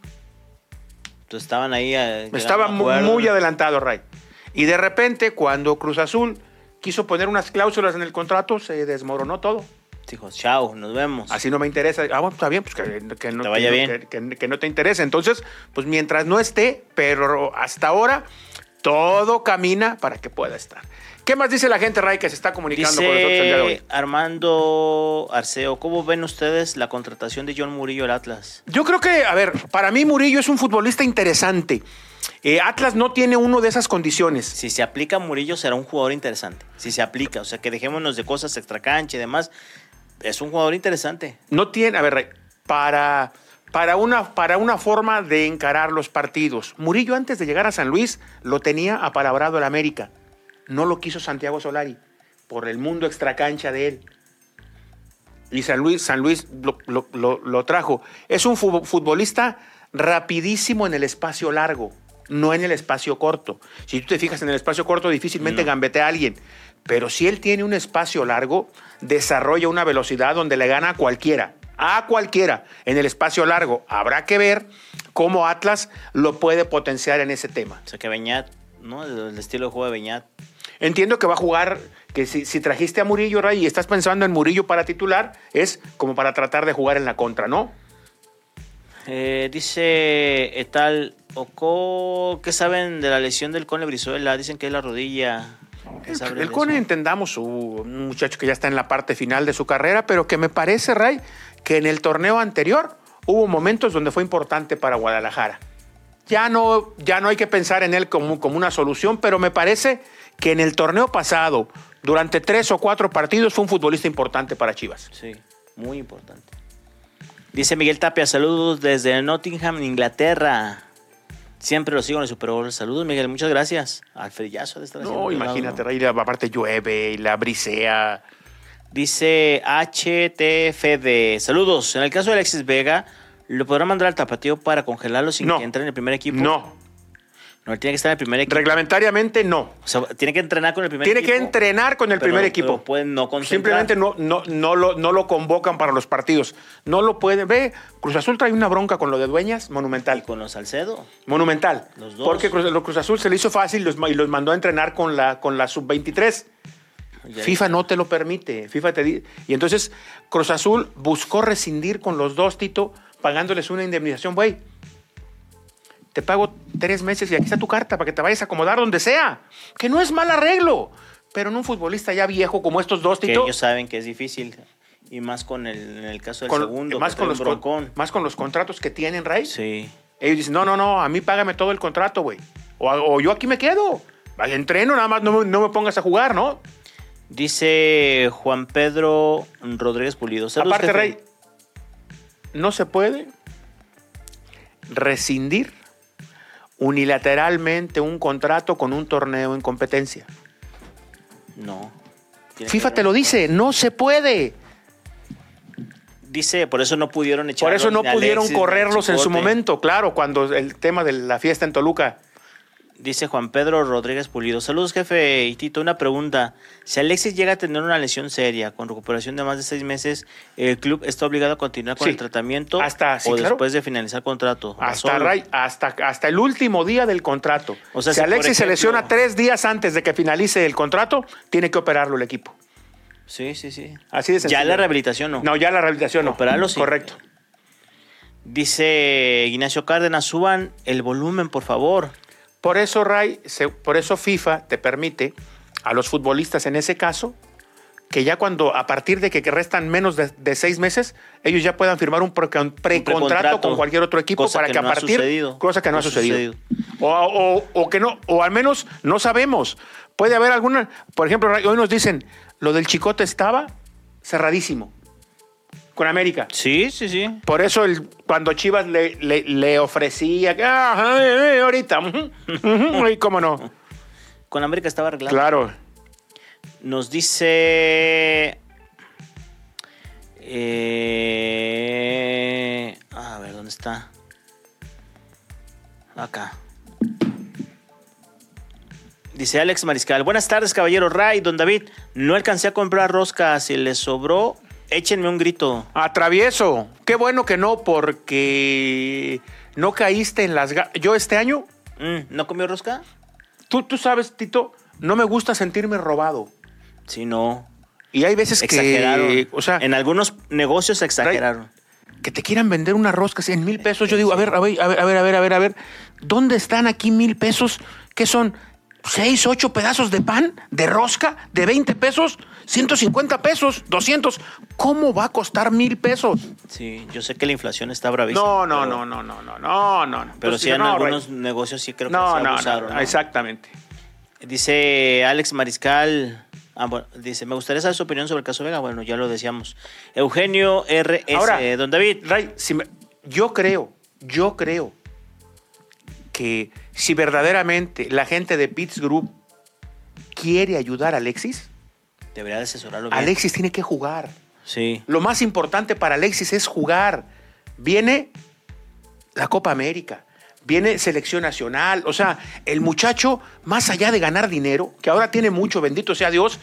Speaker 2: Entonces estaban ahí. eh, llegando
Speaker 1: Estaba
Speaker 2: a
Speaker 1: mu-
Speaker 2: acuerdo.
Speaker 1: muy adelantado, Ray. Y de repente, cuando Cruz Azul quiso poner unas cláusulas en el contrato, se desmoronó todo.
Speaker 2: Dijo, chao, nos vemos.
Speaker 1: Así no me interesa. Ah, bueno, está bien, pues que, que no,
Speaker 2: Te vaya
Speaker 1: que-
Speaker 2: bien.
Speaker 1: que- que- que no te interese. Entonces, pues mientras no esté, pero hasta ahora, Todo camina para que pueda estar. ¿Qué más dice la gente, Ray, que se está comunicando con nosotros el día de hoy?
Speaker 2: Dice Armando Arceo, ¿cómo ven ustedes la contratación de John Murillo al Atlas?
Speaker 1: Yo creo que, a ver, para mí Murillo es un futbolista interesante. Eh, Atlas no tiene uno de esas condiciones.
Speaker 2: Si se aplica Murillo, será un jugador interesante. Si se aplica, o sea, que dejémonos de cosas extracancha y demás. Es un jugador interesante.
Speaker 1: No tiene, a ver, Ray, para, para, una, para una forma de encarar los partidos. Murillo antes de llegar a San Luis lo tenía apalabrado el América. No lo quiso Santiago Solari por el mundo extracancha de él. Y San Luis, San Luis lo, lo- lo- lo trajo. Es un fu- futbolista rapidísimo en el espacio largo, no en el espacio corto. Si tú te fijas en el espacio corto, difícilmente gambetea a alguien. Pero si él tiene un espacio largo, desarrolla una velocidad donde le gana a cualquiera. A cualquiera en el espacio largo. Habrá que ver cómo Atlas lo puede potenciar en ese tema.
Speaker 2: O sea, que Beñat, ¿no? El el estilo de juego de Beñat.
Speaker 1: Entiendo que va a jugar, que si, si trajiste a Murillo, Ray, y estás pensando en Murillo para titular, es como para tratar de jugar en la contra, ¿no?
Speaker 2: Eh, dice Etal Oco, ¿qué saben de la lesión del Cone Brizuela? Dicen que es la rodilla. ¿Qué saben de
Speaker 1: El
Speaker 2: eso?
Speaker 1: Cone, entendamos, su- un muchacho que ya está en la parte final de su carrera, pero que me parece, Ray, que en el torneo anterior hubo momentos donde fue importante para Guadalajara. Ya no, ya no hay que pensar en él como, como una solución, pero me parece que en el torneo pasado, durante tres o cuatro partidos, fue un futbolista importante para Chivas.
Speaker 2: Sí, muy importante. Dice Miguel Tapia, saludos desde Nottingham, Inglaterra. Siempre lo sigo en el Super Bowl. Saludos, Miguel, muchas gracias. Al frillazo de estar
Speaker 1: No,
Speaker 2: haciendo
Speaker 1: imagínate,
Speaker 2: lado, ¿no?
Speaker 1: Ray, aparte llueve y la brisea.
Speaker 2: Dice HTFD, saludos. En el caso de Alexis Vega, ¿lo podrán mandar al tapatío para congelarlo sin
Speaker 1: No.
Speaker 2: que entre en el primer equipo?
Speaker 1: No,
Speaker 2: No, él tiene que estar en el primer equipo.
Speaker 1: reglamentariamente no.
Speaker 2: O sea, tiene que entrenar con el primer
Speaker 1: Tiene
Speaker 2: equipo.
Speaker 1: que entrenar con el
Speaker 2: pero-
Speaker 1: primer
Speaker 2: pero
Speaker 1: equipo.
Speaker 2: pueden no concentrar.
Speaker 1: Simplemente no, no, no, lo, no lo convocan para los partidos. No lo pueden. Ve, Cruz Azul trae una bronca con lo de Dueñas
Speaker 2: Y
Speaker 1: monumental.
Speaker 2: con los Salcedo.
Speaker 1: Monumental.
Speaker 2: Los dos.
Speaker 1: Porque Cruz, lo Cruz Azul se le hizo fácil los ma- y los mandó a entrenar con la, con la sub-23.
Speaker 2: Ya-
Speaker 1: FIFA no te lo permite. FIFA te di- Y entonces Cruz Azul buscó rescindir con los dos, Tito, pagándoles una indemnización, güey. Te pago tres meses y aquí está tu carta para que te vayas a acomodar donde sea. Que no es mal arreglo. Pero en un futbolista ya viejo como estos dos,
Speaker 2: Que
Speaker 1: Tito.
Speaker 2: ellos saben que es difícil. Y más con el, en el caso del
Speaker 1: con-
Speaker 2: segundo.
Speaker 1: más,
Speaker 2: que trae
Speaker 1: con los
Speaker 2: un
Speaker 1: con-
Speaker 2: broncón.
Speaker 1: más con los contratos que tienen, Ray.
Speaker 2: Sí.
Speaker 1: Ellos dicen, no, no, no, a mí págame todo el contrato, güey. O, o yo aquí me quedo. Vaya, entreno, nada más no, me- no me pongas a jugar, ¿no?
Speaker 2: Dice Juan Pedro Rodríguez Pulido. Saludos,
Speaker 1: Aparte,
Speaker 2: jefe.
Speaker 1: Rey, no se puede rescindir unilateralmente un contrato con un torneo en competencia.
Speaker 2: No. Tiene
Speaker 1: FIFA
Speaker 2: que-
Speaker 1: te lo dice, no se puede.
Speaker 2: Dice, por eso no pudieron echar.
Speaker 1: Por eso no pudieron correrlos en su
Speaker 2: momento.
Speaker 1: momento, claro, cuando el tema de la fiesta en Toluca.
Speaker 2: Dice Juan Pedro Rodríguez Pulido. Saludos, jefe. Y Tito, una pregunta. Si Alexis llega a tener una lesión seria con recuperación de más de seis meses, ¿el club está obligado a continuar con
Speaker 1: Sí.
Speaker 2: el tratamiento
Speaker 1: Hasta- sí,
Speaker 2: o
Speaker 1: claro.
Speaker 2: después de finalizar contrato? ¿O
Speaker 1: Hasta,
Speaker 2: solo?
Speaker 1: Ray- hasta, hasta el último día del contrato.
Speaker 2: O sea,
Speaker 1: si
Speaker 2: si, por
Speaker 1: Alexis se
Speaker 2: ejemplo-
Speaker 1: lesiona tres días antes de que finalice el contrato, tiene que operarlo el equipo.
Speaker 2: Sí, sí, sí.
Speaker 1: Así de sencillo.
Speaker 2: Ya la rehabilitación no.
Speaker 1: No, ya la rehabilitación no.
Speaker 2: Operarlo sí.
Speaker 1: Correcto.
Speaker 2: Dice Ignacio Cárdenas, suban el volumen, por favor.
Speaker 1: Por eso, Ray, se- por eso FIFA te permite a los futbolistas en ese caso que ya cuando, a partir de que que restan menos de, de seis meses, ellos ya puedan firmar un precon- precontrato con cualquier otro equipo
Speaker 2: cosa
Speaker 1: para
Speaker 2: que
Speaker 1: que,
Speaker 2: no
Speaker 1: a
Speaker 2: ha
Speaker 1: partir...
Speaker 2: sucedido.
Speaker 1: Cosa que no,
Speaker 2: No
Speaker 1: ha
Speaker 2: ha
Speaker 1: sucedido. O, o- o que no, o al menos no sabemos. Puede haber alguna... Por ejemplo, Ray, hoy nos dicen, lo del Chicote estaba cerradísimo con América.
Speaker 2: Sí, sí, sí.
Speaker 1: Por eso el, cuando Chivas le, le, le ofrecía, que, "Ah, eh, eh, ahorita, ujú, ujú", y cómo no.
Speaker 2: Con América estaba arreglado.
Speaker 1: Claro.
Speaker 2: Nos dice. eh, a ver, ¿dónde está? Acá. Dice Alex Mariscal. Buenas tardes, caballero Ray, don David. No alcancé a comprar rosca. Si les sobró, échenme un grito.
Speaker 1: Atravieso. Qué bueno que no, porque no caíste en las... ga- Yo este año,
Speaker 2: Mm, ¿No comió rosca?
Speaker 1: tú, tú sabes, Tito, no me gusta sentirme robado.
Speaker 2: Sí, no.
Speaker 1: Y hay veces
Speaker 2: Exageraron.
Speaker 1: que... O sea,
Speaker 2: en algunos negocios exageraron.
Speaker 1: que te quieran vender una rosca así en mil pesos. Yo digo, a ver, a ver, a ver, a ver, a ver, a ver, a ver. ¿Dónde están aquí mil pesos? ¿Qué son? 6, 8 pedazos de pan, de rosca, de 20 pesos, 150 pesos, 200. ¿Cómo va a costar mil pesos?
Speaker 2: Sí, yo sé que la inflación está bravísima.
Speaker 1: No, no,
Speaker 2: Pues, pero-
Speaker 1: no, no, no, no, no, no. no.
Speaker 2: Pero
Speaker 1: Entonces,
Speaker 2: sí en
Speaker 1: Pues no,
Speaker 2: algunos
Speaker 1: Rey.
Speaker 2: negocios sí creo que
Speaker 1: No,
Speaker 2: se
Speaker 1: no,
Speaker 2: abusaron.
Speaker 1: no,
Speaker 2: ¿no?
Speaker 1: exactamente.
Speaker 2: Dice Alex Mariscal. ah, bueno, dice, me gustaría saber su opinión sobre el caso Vega. Bueno, ya lo decíamos. Eugenio R.S.
Speaker 1: Ahora,
Speaker 2: Don David.
Speaker 1: Ray, si me- yo creo, yo creo que si verdaderamente la gente de Pitts Group quiere ayudar a Alexis,
Speaker 2: Debería de asesorarlo bien.
Speaker 1: Alexis tiene que jugar.
Speaker 2: Sí.
Speaker 1: Lo más importante para Alexis es jugar. Viene la Copa América, viene selección nacional. O sea, el muchacho, más allá de ganar dinero, que ahora tiene mucho, bendito sea Dios,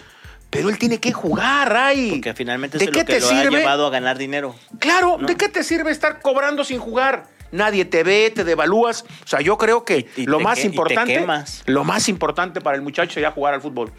Speaker 1: pero él tiene que jugar, Ray.
Speaker 2: Que finalmente
Speaker 1: ¿De
Speaker 2: eso es
Speaker 1: qué
Speaker 2: lo que
Speaker 1: te
Speaker 2: lo ha
Speaker 1: sirve?
Speaker 2: llevado a ganar dinero.
Speaker 1: Claro,
Speaker 2: No.
Speaker 1: ¿de qué te sirve estar cobrando sin jugar? Nadie te ve, te devalúas. O sea, yo creo que
Speaker 2: Y- y
Speaker 1: lo
Speaker 2: te
Speaker 1: más
Speaker 2: que- y te
Speaker 1: importante,
Speaker 2: quemas.
Speaker 1: lo más importante para el muchacho sería jugar al fútbol.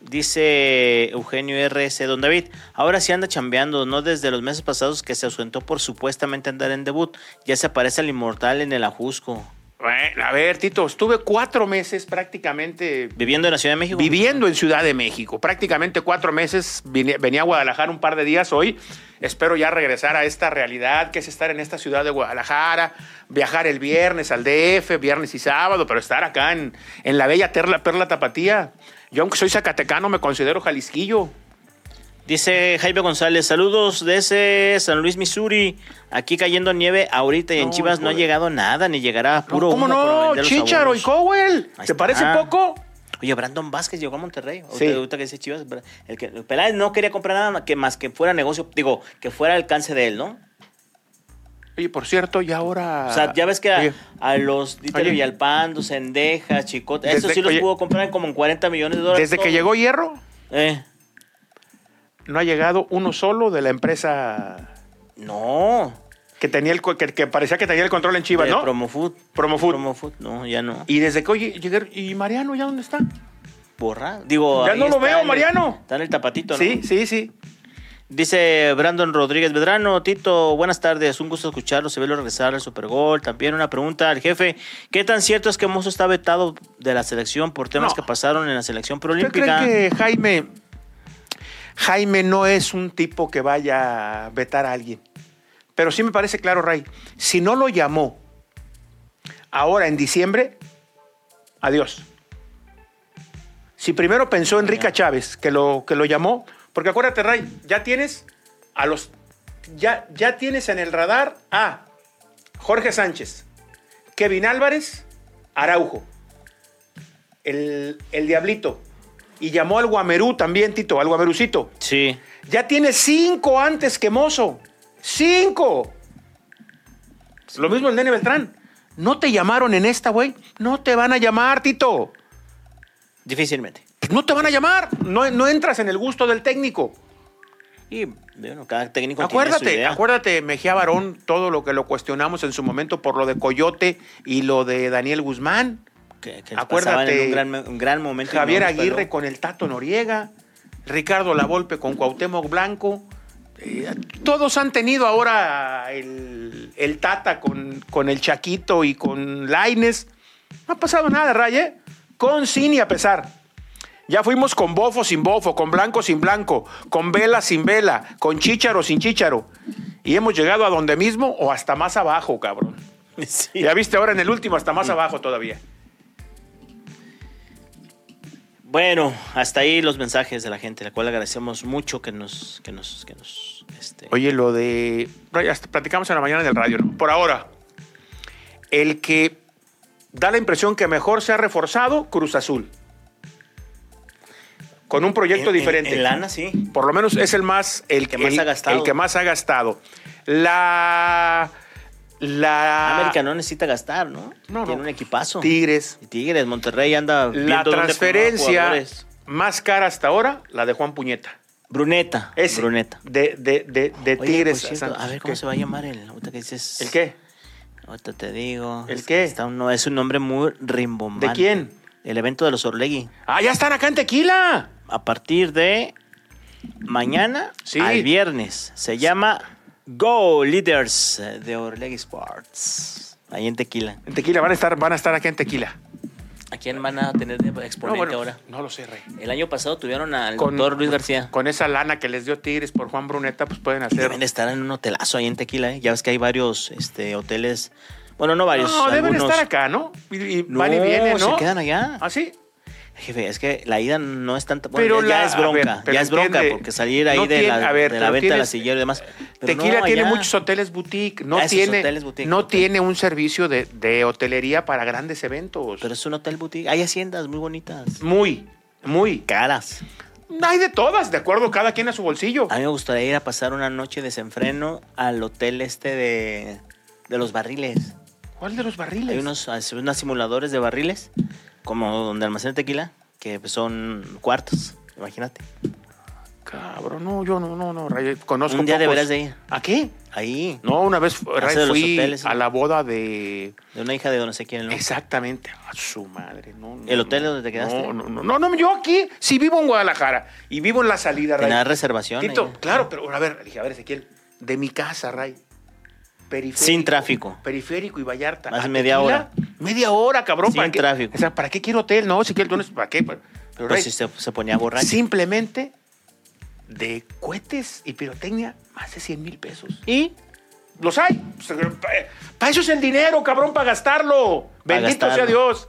Speaker 2: Dice Eugenio RS, don David, ahora sí anda chambeando, no desde los meses pasados que se ausentó por supuestamente andar en debut, ya se aparece al inmortal en el ajusco,
Speaker 1: Bueno, a ver, Tito, estuve cuatro meses prácticamente
Speaker 2: viviendo en la Ciudad de México.
Speaker 1: viviendo en Ciudad de México. Prácticamente cuatro meses vine- venía a Guadalajara un par de días hoy. Espero ya regresar a esta realidad que es estar en esta ciudad de Guadalajara, viajar el viernes al DF, viernes y sábado, pero estar acá en, en la bella terla, Perla Tapatía. Yo, aunque soy zacatecano, me considero jalisquillo.
Speaker 2: Dice Jaime González, saludos desde San Luis, Missouri, aquí cayendo nieve ahorita y en
Speaker 1: No,
Speaker 2: Chivas
Speaker 1: hijo
Speaker 2: no ha
Speaker 1: de-
Speaker 2: llegado nada, ni llegará puro
Speaker 1: ¿Cómo
Speaker 2: humo para
Speaker 1: no?
Speaker 2: vender los
Speaker 1: Chicharo y
Speaker 2: abonos.
Speaker 1: Cowell.
Speaker 2: Ahí
Speaker 1: ¿Te
Speaker 2: está.
Speaker 1: parece poco?
Speaker 2: Oye, Brandon Vázquez llegó a Monterrey. Ahorita-
Speaker 1: Sí.
Speaker 2: Ahorita que dice Chivas, el que el Peláez no quería comprar nada más que, más que fuera negocio, digo, que fuera al alcance de él, ¿no?
Speaker 1: Oye, por cierto, y ahora.
Speaker 2: O sea, ya ves que
Speaker 1: Oye,
Speaker 2: a, a los Dieter
Speaker 1: Ah, Oye.
Speaker 2: Villalpando, Sendejas, Chicote,
Speaker 1: Desde-
Speaker 2: eso sí los
Speaker 1: oye.
Speaker 2: pudo comprar en como en 40 millones de dólares.
Speaker 1: Desde que
Speaker 2: todo.
Speaker 1: llegó Hierro,
Speaker 2: Eh,
Speaker 1: no ha llegado uno solo de la empresa
Speaker 2: no.
Speaker 1: que tenía el co- que, que parecía que tenía el control en Chivas,
Speaker 2: de
Speaker 1: ¿no?
Speaker 2: Promofood.
Speaker 1: Promofood.
Speaker 2: Promofood, no, ya no.
Speaker 1: Y desde que oye llegué, ¿y Mariano ya dónde está?
Speaker 2: Borra. Digo,
Speaker 1: Ya
Speaker 2: ahí
Speaker 1: no lo
Speaker 2: está
Speaker 1: veo,
Speaker 2: en el-
Speaker 1: Mariano.
Speaker 2: Está en el tapatito, ¿no?
Speaker 1: Sí, sí, sí.
Speaker 2: Dice Brandon Rodríguez Medrano, Tito, buenas tardes, un gusto escucharlo, se velo regresar al Supergol. También una pregunta al jefe, ¿qué tan cierto es que Mozo está vetado de la selección por temas
Speaker 1: No.
Speaker 2: que pasaron en la selección
Speaker 1: ¿Usted cree
Speaker 2: preolímpica?
Speaker 1: que Jaime Jaime no es un tipo que vaya a vetar a alguien? Pero sí me parece claro, Ray, si no lo llamó ahora en diciembre, adiós. Si primero pensó Enrique Chávez que lo, que lo llamó, porque acuérdate, Ray, ya tienes a los ya, ya tienes en el radar a Jorge Sánchez, Kevin Álvarez, Araujo, el, el Diablito. Y llamó al Guamerú también, Tito, al Guamerucito.
Speaker 2: Sí.
Speaker 1: Ya tiene cinco antes que Mozo. ¡Cinco! Lo mismo el Nene Beltrán. No te llamaron en esta, güey. No te van a llamar, Tito.
Speaker 2: Difícilmente.
Speaker 1: No te van a llamar. No, no entras en el gusto del técnico.
Speaker 2: Y bueno, cada técnico tiene su
Speaker 1: Acuérdate,
Speaker 2: idea.
Speaker 1: acuérdate, Mejía Barón, todo lo que lo cuestionamos en su momento por lo de Coyote y lo de Daniel Guzmán.
Speaker 2: que, que
Speaker 1: Acuérdate,
Speaker 2: pasaban en un gran, un gran momento. y
Speaker 1: Javier
Speaker 2: no nos
Speaker 1: Aguirre
Speaker 2: peló.
Speaker 1: con el Tato Noriega, Ricardo Lavolpe con Cuauhtémoc Blanco. Eh, todos han tenido ahora el, el Tata con, con el Chaquito y con Laines. No ha pasado nada, Ray, ¿eh? Con sin y a pesar. Ya fuimos con bofo sin bofo, con blanco sin blanco, con vela sin vela, con chícharo sin chícharo. Y hemos llegado a donde mismo o hasta más abajo, cabrón.
Speaker 2: Sí.
Speaker 1: Ya viste ahora en el último, hasta más abajo todavía.
Speaker 2: Bueno, hasta ahí los mensajes de la gente, la cual agradecemos mucho que nos, que nos, que nos, este,
Speaker 1: Oye, lo de. Ray, hasta Platicamos en la mañana en el radio, ¿no? Por ahora, el que da la impresión que mejor se ha reforzado, Cruz Azul. Con un proyecto
Speaker 2: en- en-
Speaker 1: diferente.
Speaker 2: En, lana, sí.
Speaker 1: Por lo menos es el más. El,
Speaker 2: que más
Speaker 1: el-
Speaker 2: ha gastado.
Speaker 1: el que más ha gastado. La. La.
Speaker 2: América no necesita gastar, ¿no?
Speaker 1: Ah. No, no.
Speaker 2: Tiene un equipazo.
Speaker 1: Tigres.
Speaker 2: Y Tigres, Monterrey anda
Speaker 1: La
Speaker 2: viendo dónde acomodar
Speaker 1: transferencia
Speaker 2: jugadores.
Speaker 1: más cara hasta ahora, la de Juan Puñeta.
Speaker 2: Bruneta.
Speaker 1: Ese.
Speaker 2: Bruneta.
Speaker 1: De, de, de, de
Speaker 2: Oye,
Speaker 1: Tigres.
Speaker 2: por cierto,
Speaker 1: Santos.
Speaker 2: a ver cómo
Speaker 1: ¿Qué?
Speaker 2: se va a llamar el. Ahorita que dices.
Speaker 1: ¿El qué?
Speaker 2: Ahorita te digo.
Speaker 1: ¿El qué?
Speaker 2: Está un- no, es un nombre muy rimbombante.
Speaker 1: ¿De quién?
Speaker 2: El evento de los Orlegui.
Speaker 1: ¡Ah, ya están acá en Tequila!
Speaker 2: a partir de mañana
Speaker 1: Sí.
Speaker 2: al viernes. Se llama Go Leaders eh, de Orlegui Sports. Ahí en Tequila.
Speaker 1: En Tequila, van a estar, van a estar aquí en Tequila.
Speaker 2: ¿A quién van a tener de
Speaker 1: No,
Speaker 2: exponente
Speaker 1: bueno,
Speaker 2: ahora?
Speaker 1: no lo sé, Rey.
Speaker 2: El año pasado tuvieron al doctor Luis García.
Speaker 1: Con esa lana que les dio Tigres por Juan Bruneta, pues pueden hacer.
Speaker 2: Deben estar en un hotelazo ahí en Tequila, ¿eh? Ya ves que hay varios este, hoteles. Bueno, no varios.
Speaker 1: No, deben
Speaker 2: algunos.
Speaker 1: estar acá, ¿no? Y, y
Speaker 2: No,
Speaker 1: van y vienen, ¿no?
Speaker 2: se quedan allá.
Speaker 1: ¿Ah, sí?
Speaker 2: Jefe, es que la ida no es tanto.
Speaker 1: Pero
Speaker 2: Pero ya,
Speaker 1: la-
Speaker 2: es
Speaker 1: a ver,
Speaker 2: bronca.
Speaker 1: pero
Speaker 2: ya es bronca,
Speaker 1: entiende,
Speaker 2: porque salir ahí
Speaker 1: no
Speaker 2: de,
Speaker 1: tiene-
Speaker 2: la,
Speaker 1: a ver,
Speaker 2: de
Speaker 1: pero
Speaker 2: la venta
Speaker 1: tienes-
Speaker 2: al astillero y demás. Pero
Speaker 1: Tequila
Speaker 2: no,
Speaker 1: tiene
Speaker 2: allá.
Speaker 1: muchos hoteles boutique, no,
Speaker 2: Ah, esos
Speaker 1: tiene,
Speaker 2: hoteles boutique,
Speaker 1: no
Speaker 2: ok.
Speaker 1: tiene un servicio de, de hotelería para grandes eventos.
Speaker 2: Pero es un hotel boutique. Hay haciendas muy bonitas.
Speaker 1: muy, muy.
Speaker 2: Caras.
Speaker 1: Hay de todas, de acuerdo, cada quien a su bolsillo.
Speaker 2: A mí me gustaría ir a pasar una noche de desenfreno al hotel este de, de los barriles.
Speaker 1: ¿Cuál de los barriles?
Speaker 2: Hay unos, hay unos simuladores de barriles, como donde almacena tequila, que pues, son cuartos, imagínate.
Speaker 1: Cabrón, no, yo no, no, no, Ray, conozco
Speaker 2: Un día
Speaker 1: pocos.
Speaker 2: deberás de ir.
Speaker 1: ¿A qué?
Speaker 2: Ahí,
Speaker 1: No, una vez Ray,
Speaker 2: de los
Speaker 1: fui
Speaker 2: hoteles,
Speaker 1: a
Speaker 2: ¿no?
Speaker 1: la boda de...
Speaker 2: de una hija de no sé quién, ¿no?
Speaker 1: Exactamente, a su madre. No, no,
Speaker 2: ¿El hotel
Speaker 1: no.
Speaker 2: donde te quedaste?
Speaker 1: No, no, no, no, no, yo aquí sí vivo en Guadalajara y vivo en la salida, Ray.
Speaker 2: Tenía reservación.
Speaker 1: Tito,
Speaker 2: ahí.
Speaker 1: claro, pero a ver, dije, a ver, Ezequiel, de mi casa, Ray. Periférico,
Speaker 2: Sin tráfico.
Speaker 1: Periférico y Vallarta.
Speaker 2: Más
Speaker 1: ¿a
Speaker 2: media
Speaker 1: Tequila?
Speaker 2: hora.
Speaker 1: Media hora, cabrón.
Speaker 2: Sin
Speaker 1: ¿para qué?
Speaker 2: tráfico.
Speaker 1: O sea, ¿para qué quiero hotel? No, Ezequiel, tú no es para qué. Pero, pero, Ray,
Speaker 2: Pues si se, se ponía borracho.
Speaker 1: simplemente de cohetes y pirotecnia, más de 100 mil pesos.
Speaker 2: Y
Speaker 1: Los hay. Para eso es el dinero, cabrón, para gastarlo.
Speaker 2: Pa'
Speaker 1: Bendito
Speaker 2: gastarlo.
Speaker 1: sea Dios.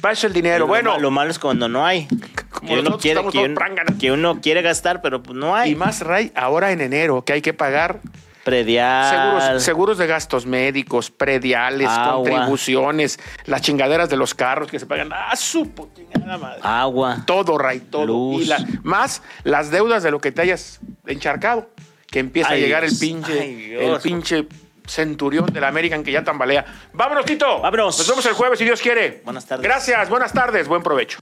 Speaker 1: Para eso es el dinero.
Speaker 2: lo
Speaker 1: bueno,
Speaker 2: ma- Lo malo es cuando no hay.
Speaker 1: Como
Speaker 2: Que uno,
Speaker 1: nosotros
Speaker 2: quiere,
Speaker 1: estamos
Speaker 2: que,
Speaker 1: todos
Speaker 2: uno,
Speaker 1: pránganas.
Speaker 2: que uno quiere gastar, pero pues no hay.
Speaker 1: y más, Ray, ahora en enero, que hay que pagar
Speaker 2: Predial.
Speaker 1: Seguros, seguros de gastos médicos, prediales,
Speaker 2: Agua.
Speaker 1: contribuciones, las chingaderas de los carros que se pagan. ¡Ah, su putingada madre!
Speaker 2: Agua.
Speaker 1: Todo, Ray, todo.
Speaker 2: Luz.
Speaker 1: Y la- más las deudas de lo que te hayas encharcado. Que empieza
Speaker 2: Ay,
Speaker 1: a llegar
Speaker 2: Dios.
Speaker 1: el pinche,
Speaker 2: Ay, Dios.
Speaker 1: el pinche centurión del American que ya tambalea. ¡Vámonos, Tito!
Speaker 2: Vámonos.
Speaker 1: Nos vemos el jueves si Dios quiere.
Speaker 2: Buenas tardes.
Speaker 1: Gracias, buenas tardes, buen provecho.